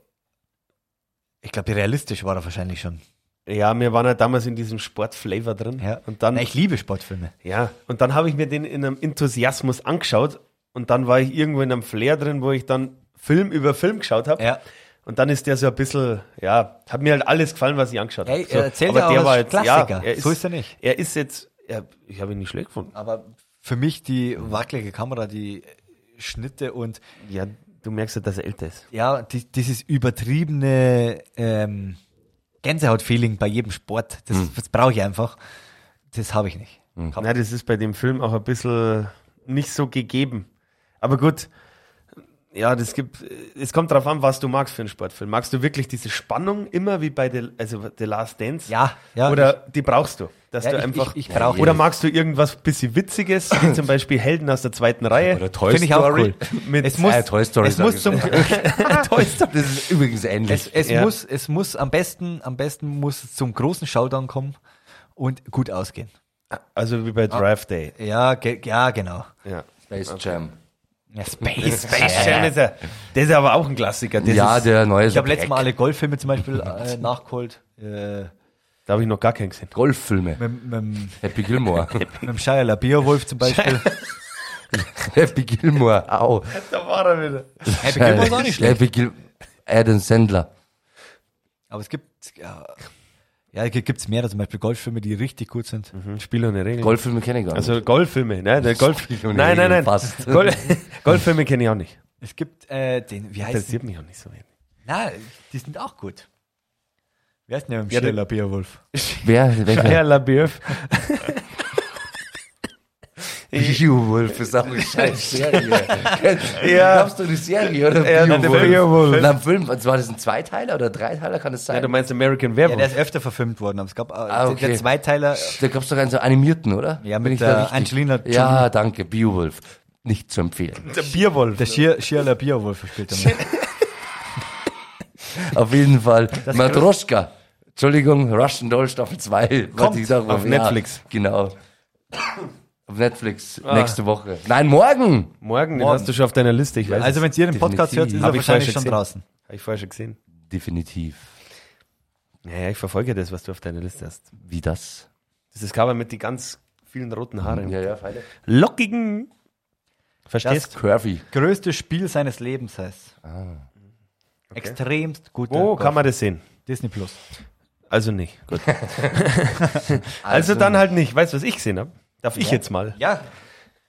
ich glaube, realistisch war er wahrscheinlich schon.
Ja, wir waren ja damals in diesem Sportflavor drin.
Ja.
Und dann,
Na, ich liebe Sportfilme.
ja, und dann habe ich mir den in einem Enthusiasmus angeschaut und dann war ich irgendwo in einem Flair drin, wo ich dann Film über Film geschaut habe.
Ja.
Und dann ist der so ein bisschen, ja, hat mir halt alles gefallen, was ich angeschaut habe.
Ey,
so,
er erzählt ja auch was Klassiker. So ist er nicht.
Er ist jetzt, er, ich habe ihn nicht schlecht gefunden.
Aber für mich die wackelige Kamera, die Schnitte und
Ja, du merkst ja, dass er älter ist.
ja, die, dieses übertriebene ähm, Gänsehaut-Feeling bei jedem Sport, das, das brauche ich einfach. Das habe ich nicht.
[laughs]
Hab-
Na, das ist bei dem Film auch ein bisschen nicht so gegeben. Aber gut, ja, das gibt, es kommt drauf an, was du magst für einen Sportfilm. Magst du wirklich diese Spannung immer wie bei The, also The Last Dance?
Ja, ja.
Oder die brauchst du? Dass
Ja,
du
ich-
einfach.
ich- ich brauch-
oder magst du irgendwas bisschen Witziges, wie zum Beispiel Helden aus der zweiten Reihe?
Oder Toy
Finde ich auch
Story.
cool. [laughs]
Mit
Es muss,
Ah, Toy Story
es muss
sag
[laughs]
zum,
ich Toy Story. Das ist übrigens ähnlich.
Es, es
Ja.
muss, es muss am besten, am besten muss es zum großen Showdown kommen und gut ausgehen.
Also wie bei Drive Day.
Ja, ge ja, genau.
Ja.
Space Jam.
Ja, Space,
Das ist ja- das ist aber auch ein Klassiker. Das
ja,
ist,
der neue
Ich habe letztes Mal alle Golffilme zum Beispiel äh, nachgeholt. Äh,
da habe ich noch gar keinen gesehen.
Golffilme.
mit, mit, [laughs]
Happy Gilmore.
mit dem Shia LaBeoulf zum Beispiel.
Happy Gilmore. Au.
Da war er wieder.
Happy Gilmore ist auch nicht schlecht.
Happy Gil Adam Sandler.
Aber es gibt ja, ja gibt es mehrere zum Beispiel Golffilme, die richtig gut sind.
Mhm, Spiel ohne Regeln.
Golffilme kenne ich gar nicht.
Also Golffilme, ne? Der Golf [laughs]
Spiel ohne
nein, nein, nein.
Regeln
[laughs]
fast.
Gol Golffilme kenne ich auch nicht.
Es gibt äh, den, wie heißt
Interessiert mich auch nicht so wenig.
Na, die sind auch gut. Wie heißt denn der mit
Ja,
dem
der-
Shia LaBeoulf?
Wer?
Herr
Welcher?
Labeouf.
Beowulf ist
[laughs]
auch eine scheiß Serie.
Ja.
Glaubst du die Serie oder
Ja, der Beowulf.
Und am Film, was war das ein Zweiteiler oder Dreiteiler? Kann das
Ja,
sein?
du meinst American
Ja,
Werewolf.
der ist öfter verfilmt worden, aber es gab äh,
Ah, okay.
der Zweiteiler. äh,
da gab es doch einen so animierten, oder?
Ja,
Bin
mit
ich da
der
richtig?
Angelina Jolie.
Ja, danke, Beowulf. Nicht zu
[laughs]
empfehlen.
der Bierwolf.
Der Schier, Schierler Bierwolf spielt damit.
Auf jeden Fall. Matroschka. Entschuldigung, Russian Doll Staffel [laughs] 2. Kommt
auf Netflix.
Genau. [coughs] Auf Netflix. Nächste Woche. Nein, morgen.
Morgen, den hast du schon auf deiner Liste, ich weiß.
Also wenn ihr den Podcast hört,
Definitiv.
ist er
Hab ich
wahrscheinlich
falsch
schon
gesehen.
draußen.
habe ich vorher schon gesehen.
Definitiv.
Naja, ich verfolge das, was du auf deiner Liste hast.
Wie das?
Das ist Cover mit die ganz vielen roten Haaren.
Ja, ja, Feile.
Lockigen. Verstehst?
Curvy.
Größtes Spiel seines Lebens heißt. Extremst guter
Wo kann
Golf.
man das sehen?
Disney Plus.
Also nicht. [laughs] Gut. also dann halt nicht. Weißt du, was ich gesehen habe? Darf ich jetzt mal?
Ja.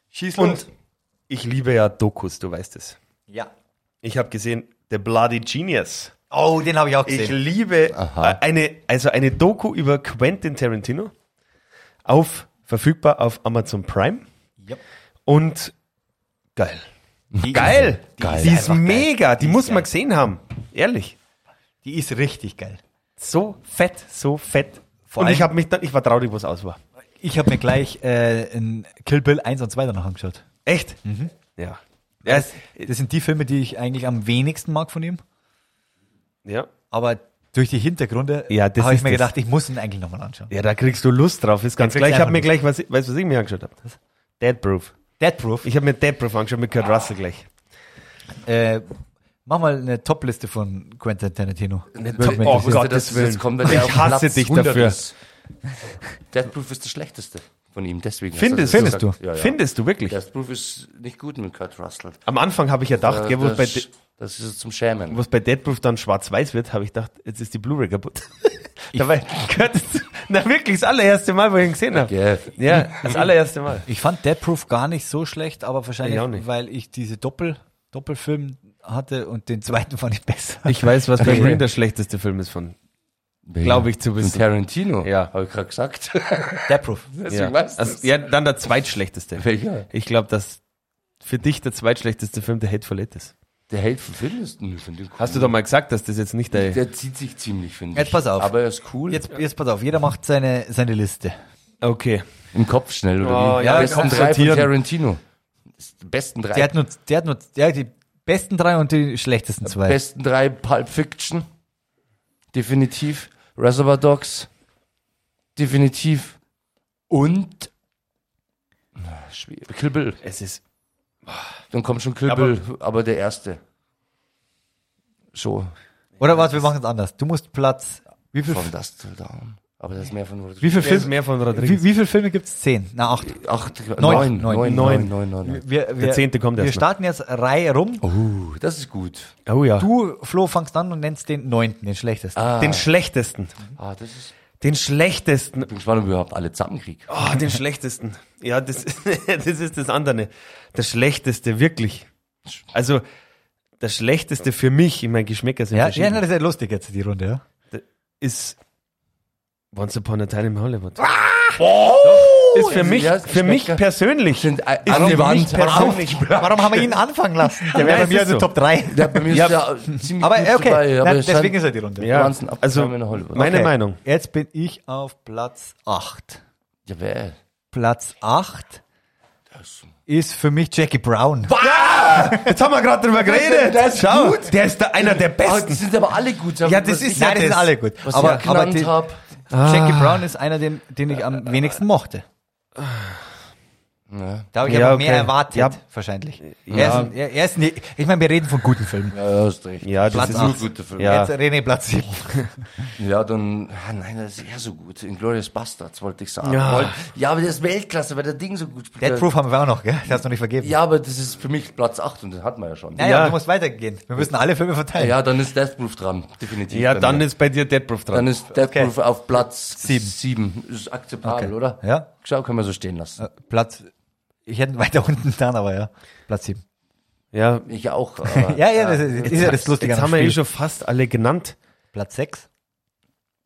Schieß
Und ich liebe ja Dokus, du weißt es.
ja.
Ich habe gesehen The Bloody Genius.
Oh, den habe ich auch
Ich
gesehen.
liebe
Aha.
äh, eine, also eine Doku über Quentin Tarantino. Auf, verfügbar auf Amazon Prime.
Ja.
Und geil. geil.
geil.
Die
Die
ist mega. Die, muss man gesehen haben. Ehrlich.
Die ist richtig geil.
So fett, so fett.
Vor
und ich
allem-
habe mich dann, ich war traurig, wo es aus war.
Ich habe mir gleich äh, in Kill Bill 1 und 2 danach angeschaut.
Echt? Ja. Ja, es,
Das sind die Filme, die ich eigentlich am wenigsten mag von ihm.
ja.
Aber durch die Hintergründe
Ja, das
habe ich
ist
mir
das.
gedacht, ich muss ihn eigentlich nochmal anschauen.
ja, da kriegst du Lust drauf. Ist ganz
kriegst
klar. Ich
du
habe
einfach
mir gleich, was, weißt du, was ich mir angeschaut habe? Dead Proof.
Dead Proof.
Ich habe mir Dead Proof angeschaut mit Kurt Russell gleich.
Äh, mach mal eine Top-Liste von Quentin Tarantino.
Wenn
Oh,
du wusstest,
Gottes
dass das
Willen.
jetzt kommt, wenn der
Ich
auf dem
hasse
Platz
dich
100
dafür.
ist. Death Proof ist das schlechteste von ihm, deswegen.
Findest,
hast
findest
das
du?
gesagt. Ja, ja.
Findest du wirklich?
Death Proof ist nicht gut mit Kurt Russell.
Am Anfang habe ich ja gedacht, gell, wo es bei,
Äh, das, das ist zum Schämen.
was bei Deadproof dann schwarz-weiß wird, habe ich gedacht, jetzt ist die Blu-ray kaputt. Dabei gehört es, Na wirklich, das allererste Mal, wo ich ihn gesehen habe.
Gell.
Ja, das allererste Mal.
Ich fand Dead Proof gar nicht so schlecht, aber wahrscheinlich,
Ich auch nicht.
weil ich diese Doppel, Doppelfilm hatte und den zweiten [laughs] fand ich besser.
Ich weiß, was bei Green der schlechteste Film ist von. Glaube ich zu wissen.
Von Tarantino.
Ja.
Habe ich gerade gesagt. [laughs]
Dead Proof.
Deswegen
Ja.
weißt du's.
Also, ja, dann der zweitschlechteste.
Welcher?
Ich glaube, dass für dich der zweitschlechteste Film der Hateful Eight ist.
Der hält für Findesten. Ich find den cool.
Hast du doch mal gesagt, dass das jetzt nicht der.
Der zieht sich ziemlich, finde ich.
Jetzt pass auf.
Aber er ist cool.
Jetzt, jetzt pass auf, jeder macht seine, seine Liste.
Okay.
Im Kopf schnell, oder
Oh,
wie?
ja,
besten
Kopf
drei von
sortieren.
Tarantino. Die besten drei.
Der hat nur, der hat nur der hat die besten drei und die schlechtesten zwei.
besten drei Pulp Fiction. Definitiv. Reservoir Dogs. Definitiv. Und. Na, Schwierig. Kill Bill.
Es ist.
Dann kommt schon Kill
Aber-
Bill, aber der erste. So.
Oder was, wir machen es anders. Du musst Platz, wie viel,
From Dust Till Dawn. Aber das ist mehr von
wie viel
Der ist
Film,
mehr von Rodriguez.
wie, wie viel Filme gibt's? Zehn? Na, acht.
Acht,
Neun.
neun, neun,
Neun.
neun, neun, neun, neun.
Wir, wir,
zehnte kommt
Wir
erst noch.
starten jetzt Reihe rum.
Oh, das ist gut.
Oh ja.
Du, Flo, fangst an und nennst den neunten, den schlechtesten.
den schlechtesten.
Ah, das ist.
Den schlechtesten.
Ich bin gespannt, ob ich überhaupt alle zusammenkriege.
Oh, den schlechtesten. Ja, das, [laughs] das ist das andere. Der schlechteste, wirklich. Also, der schlechteste für mich, ich meine, Geschmäcker sind
ja, ja,
verschieden,
na, das ist ja lustig jetzt, die Runde, ja.
ist Once Upon a Time in Hollywood. Oh! Doch, ist für mich,
Ah! Ja,
für mich
Geschmäcker
persönlich.
Sind äh, a-
ist für mich
arrogant.
persönlich.
Warum haben wir ihn anfangen lassen? Der
Ja,
wäre bei
es
mir
ist
also
so.
Top 3.
Ja, bei mir
Ja,
ist der ziemlich
Aber
gut
okay,
dabei, aber
Nein,
es
deswegen
scheint-
ist er die Runde.
Ja,
Once Upon a
also,
Time in Hollywood.
meine
Okay,
Meinung.
Jetzt bin ich auf Platz 8.
Ja, wer?
Platz 8 ist für mich Jackie Brown.
Jetzt haben wir gerade drüber geredet.
der ist
Schau, der ist der, einer der
Ah,
besten.
die sind aber alle gut. sag
Ja,
mal,
das
was
ist
ich-
ja
Nein, das
das-
sind alle gut.
Was
aber
ich
aber
genannt
die,
habe.
Ah.
Jackie Brown ist einer, den, den ich am wenigsten mochte.
Ja.
Da habe ich
Ja,
aber
okay.
mehr erwartet,
Ja.
wahrscheinlich. Er ist, ein- er, er ist ein, ich meine, wir reden von guten Filmen.
Ja, hast recht.
Ja, das
das
ist
ist nur
acht.
gute Filme.
Ja.
Jetzt René Platz 7.
Ja, dann, ah, nein, das ist eher so gut. Inglourious Bastards wollte ich sagen.
Ja.
Wollt- ja aber das ist Weltklasse, weil der Ding so gut spielt.
Dead Proof haben wir auch noch, gell? Das hast du nicht vergeben.
Ja, aber das ist für mich Platz 8 und das hatten wir ja schon.
Naja,
Ja.
du musst weitergehen. Wir müssen alle Filme verteilen.
Äh, Ja, dann ist Death Proof dran, definitiv.
Ja,
Bei
dann
mir.
ist bei dir Dead Proof dran.
dann ist Death
Okay.
Proof auf Platz
Sieben.
7. Ist akzeptabel,
Okay.
oder?
Ja.
Schau, können wir so stehen lassen.
Äh, Platz, ich hätte ihn weiter [laughs] unten getan, aber ja. Platz 7.
ja,
Ich
[laughs]
auch. aber- äh,
Ja, ja, das ist, ist ja das Lustige
jetzt
an dem
haben wir eh
Spiel.
schon fast alle genannt.
Platz 6.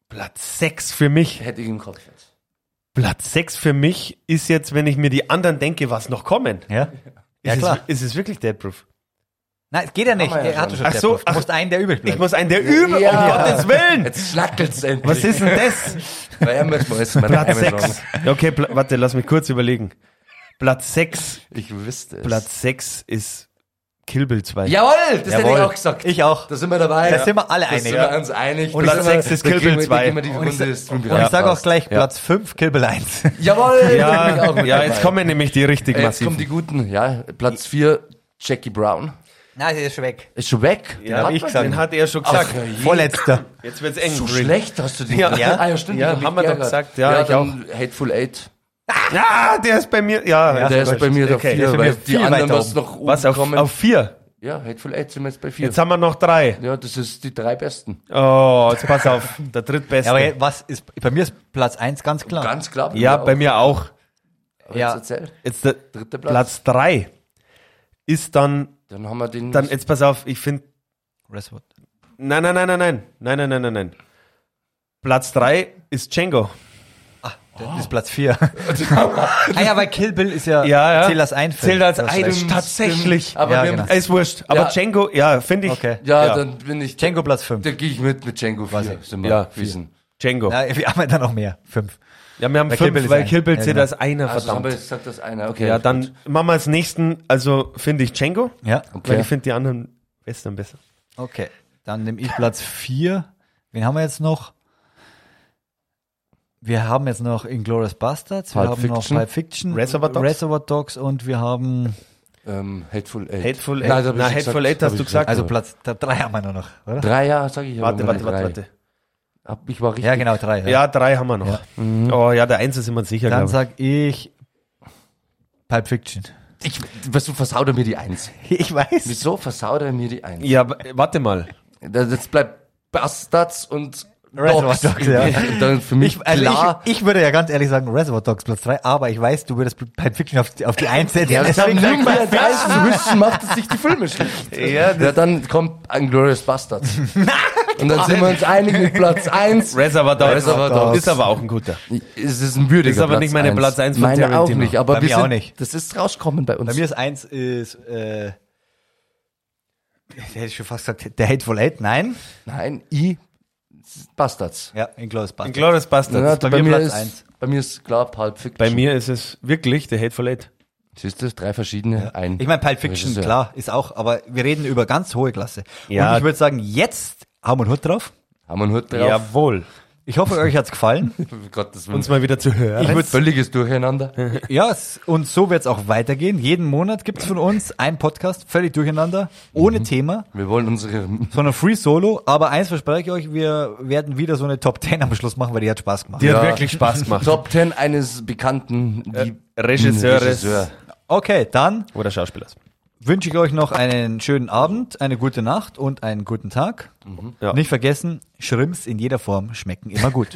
Platz 6 für mich.
Hätte ich im Kopf jetzt.
Platz 6 für mich ist jetzt, wenn ich mir die anderen denke, was noch kommen.
Ja? Ja,
ist
klar.
Es, ist es wirklich Dead Proof?
Nein, es geht ja nicht.
wir ja
er hat
schon.
schon
Ach
Dead
so,
Proof. Du
ach-
musst einen, der übrig
Ich
bleibt.
muss einen, der über,
Ja.
um Gottes Willen.
Jetzt schnackelt's endlich.
Was ist denn
[laughs]
das?
Weil er muss mal jetzt meine
Platz
Hemmung
6.
sagen.
Okay, Pla warte, lass mich kurz überlegen. Platz 6.
Ich wüsste es.
Platz 6 ist Kill Bill 2.
Jawohl, das hätte
Jawohl.
ich auch gesagt.
Ich auch.
Da sind wir dabei.
Da sind wir alle
Da
einig.
sind wir uns einig.
Und
Da
Platz
sind wir-
sechs ist
da
Kill
gehen
Bill
wir-
zwei.
da gehen wir die
Und ich,
Runde
sa-
ist drum
und
wieder
ich sage auch
raus.
gleich
Ja.
Platz 5, Kill Bill 1.
Jawohl. da bin ich auch
Ja,
mit
ja,
dabei.
jetzt kommen nämlich die richtig
Jetzt kommen
massiven.
die guten. Ja, Platz 4, Jackie Brown.
[laughs] Nein, der ist schon
[laughs]
weg.
Ist schon weg.
Ja, hab
hat
ich
man
gesagt.
den.
Den hat er schon gesagt.
Ach, je.
Vorletzter.
Jetzt wird's eng.
So
Green.
schlecht hast du den.
Ja.
Ah, ja, stimmt. ich
Ja,
hab mich
haben wir doch
geärgert.
gesagt. Ja, genau. ich
dann Hateful Eight.
Ah, der ist bei mir. Ja,
Der ist bei mir der
Okay.
vier,
bei
weil
mir
die
viel
anderen,
weiter
was
oben.
noch oben
Was auf,
kommen.
auf vier?
Ja, Hateful Eight sind wir jetzt bei vier.
Jetzt haben wir noch drei.
Ja, das ist die drei besten.
Oh, jetzt pass auf, der drittbeste.
Ja, aber jetzt, was ist, bei mir ist Platz 1 ganz klar.
Ganz klar.
ja, bei mir auch.
Aber
ja.
Jetzt erzähl.
Jetzt der
Dritter Platz.
Platz drei ist dann,
Dann haben wir den.
dann jetzt pass auf, ich finde,
Reservoir.
nein, nein, nein, nein, nein, nein, nein, nein, nein, nein. Platz drei ist Django.
Das ist Platz [laughs] 4. ah ja, weil Kill Bill ist ja,
Ja, ja.
zählt als ein Film.
Zählt als
Das ist
ein-
recht.
Stimmt,
tatsächlich.
stimmt. Aber
Ja,
wir
genau.
haben,
Ist wurscht, aber
Ja.
Django, ja, finde ich.
Okay.
ja,
Ja.
dann bin ich.
Django Platz 5.
Da gehe ich mit mit Django 4. Sind wir
Ja,
gewesen.
Django. Ja,
Ja, wir haben ja dann noch mehr. 5.
wir haben
Bei Kill
fünf,
Bill ist
weil
ein.
Kill Bill
Ja,
zählt
genau.
als einer,
Also haben wir
verdammt.
jetzt gesagt, das einer. Okay.
Ja, dann machen wir als nächsten, also finde ich Django,
Ja.
weil
Okay.
ich finde die anderen Western besser.
Okay. Dann nehme ich Platz 4. Wen haben wir jetzt noch? Wir haben jetzt noch Inglourious Bastards, wir
Pulp
haben
Fiction.
noch Pulp Fiction,
Reservoir Dogs.
Reservoir Dogs und wir haben,
Ähm, Hateful Eight.
Hateful
Nein,
Eight.
das hab ich
Na,
schon
Hateful Eight hast
Hab
du
ich
gesagt.
also Platz 3 haben wir nur noch, oder?
Drei, ja, sag ich. aber
Warte,
immer
warte, warte,
drei.
warte.
Hab- Ich war richtig.
Ja, genau, 3.
Ja, drei haben wir noch.
Mhm.
Oh ja, der eins ist immer sicher,
Dann
glaub ich.
sag ich Pulp Fiction.
Ich, wieso versaut er mir die Eins?
[laughs] Ich weiß.
Wieso versaut er mir die Eins?
Ja, w- warte mal.
Das, das bleibt Bastards und
Reservoir Dogs,
[laughs]
ja.
Dann für mich
Also
klar.
ich, ich würde ja ganz ehrlich sagen, Reservoir Dogs Platz 3, aber ich weiß, du würdest Pulp Fiction auf, die- auf die 1 setzen.
ja, das haben
deswegen
nur
sag ich mal,
mehr
[laughs]
30 müssen, macht es sich die Filme schlecht. Ja, dann kommt ein Glorious
[laughs]
Bastards. Und dann sind wir uns einig mit Platz 1.
Reservoir Dogs.
Reservoir Dogs.
Ist aber auch ein guter.
Es ist ein würdiger
Ist aber
Platz
nicht meine Platz eins von
Meine auch
Tarantino.
nicht, aber
Bei
wir
mir
sind,
auch nicht.
das ist rausgekommen bei uns.
Bei mir ist 1 ist, äh, der hätte ich schon fast gesagt, der Hateful Eight, nein.
Nein, I Bastards.
Ja, in Glorious Bastard.
Glorious
Ja,
Bastards.
bei mir Platz
ist,
eins.
Bei mir ist klar Pulp Fiction.
Bei mir ist es wirklich The Hateful Eight.
Siehst du, drei verschiedene. Ein
Ich meine, Pulp Fiction,
Regisseur.
klar, ist auch, aber wir reden über ganz hohe Klasse.
Ja.
Und ich würde sagen, jetzt haben wir einen Hut drauf.
Haben wir einen Hut drauf?
Jawohl.
Ich
[laughs]
hoffe, euch hat's gefallen.
Für Gottes Willen.
Uns mal wieder zu hören.
ich würd, völliges Durcheinander.
Ja, es- und so wird's auch weitergehen. Jeden Monat gibt's von uns einen Podcast, völlig durcheinander, ohne Thema,
Wir wollen unsere
sondern Free Solo. Aber eins verspreche ich euch, wir werden wieder so eine Top 10 am Schluss machen, weil die hat Spaß gemacht.
Die hat
Ja.
wirklich Spaß gemacht.
Top Ten eines bekannten
Äh,
Lieb-
Regisseures.
Regisseur.
Okay, dann
Oder Schauspielers.
wünsche ich euch noch einen schönen Abend, eine gute Nacht und einen guten Tag.
Ja.
Nicht vergessen, Schrimps in jeder Form schmecken immer gut.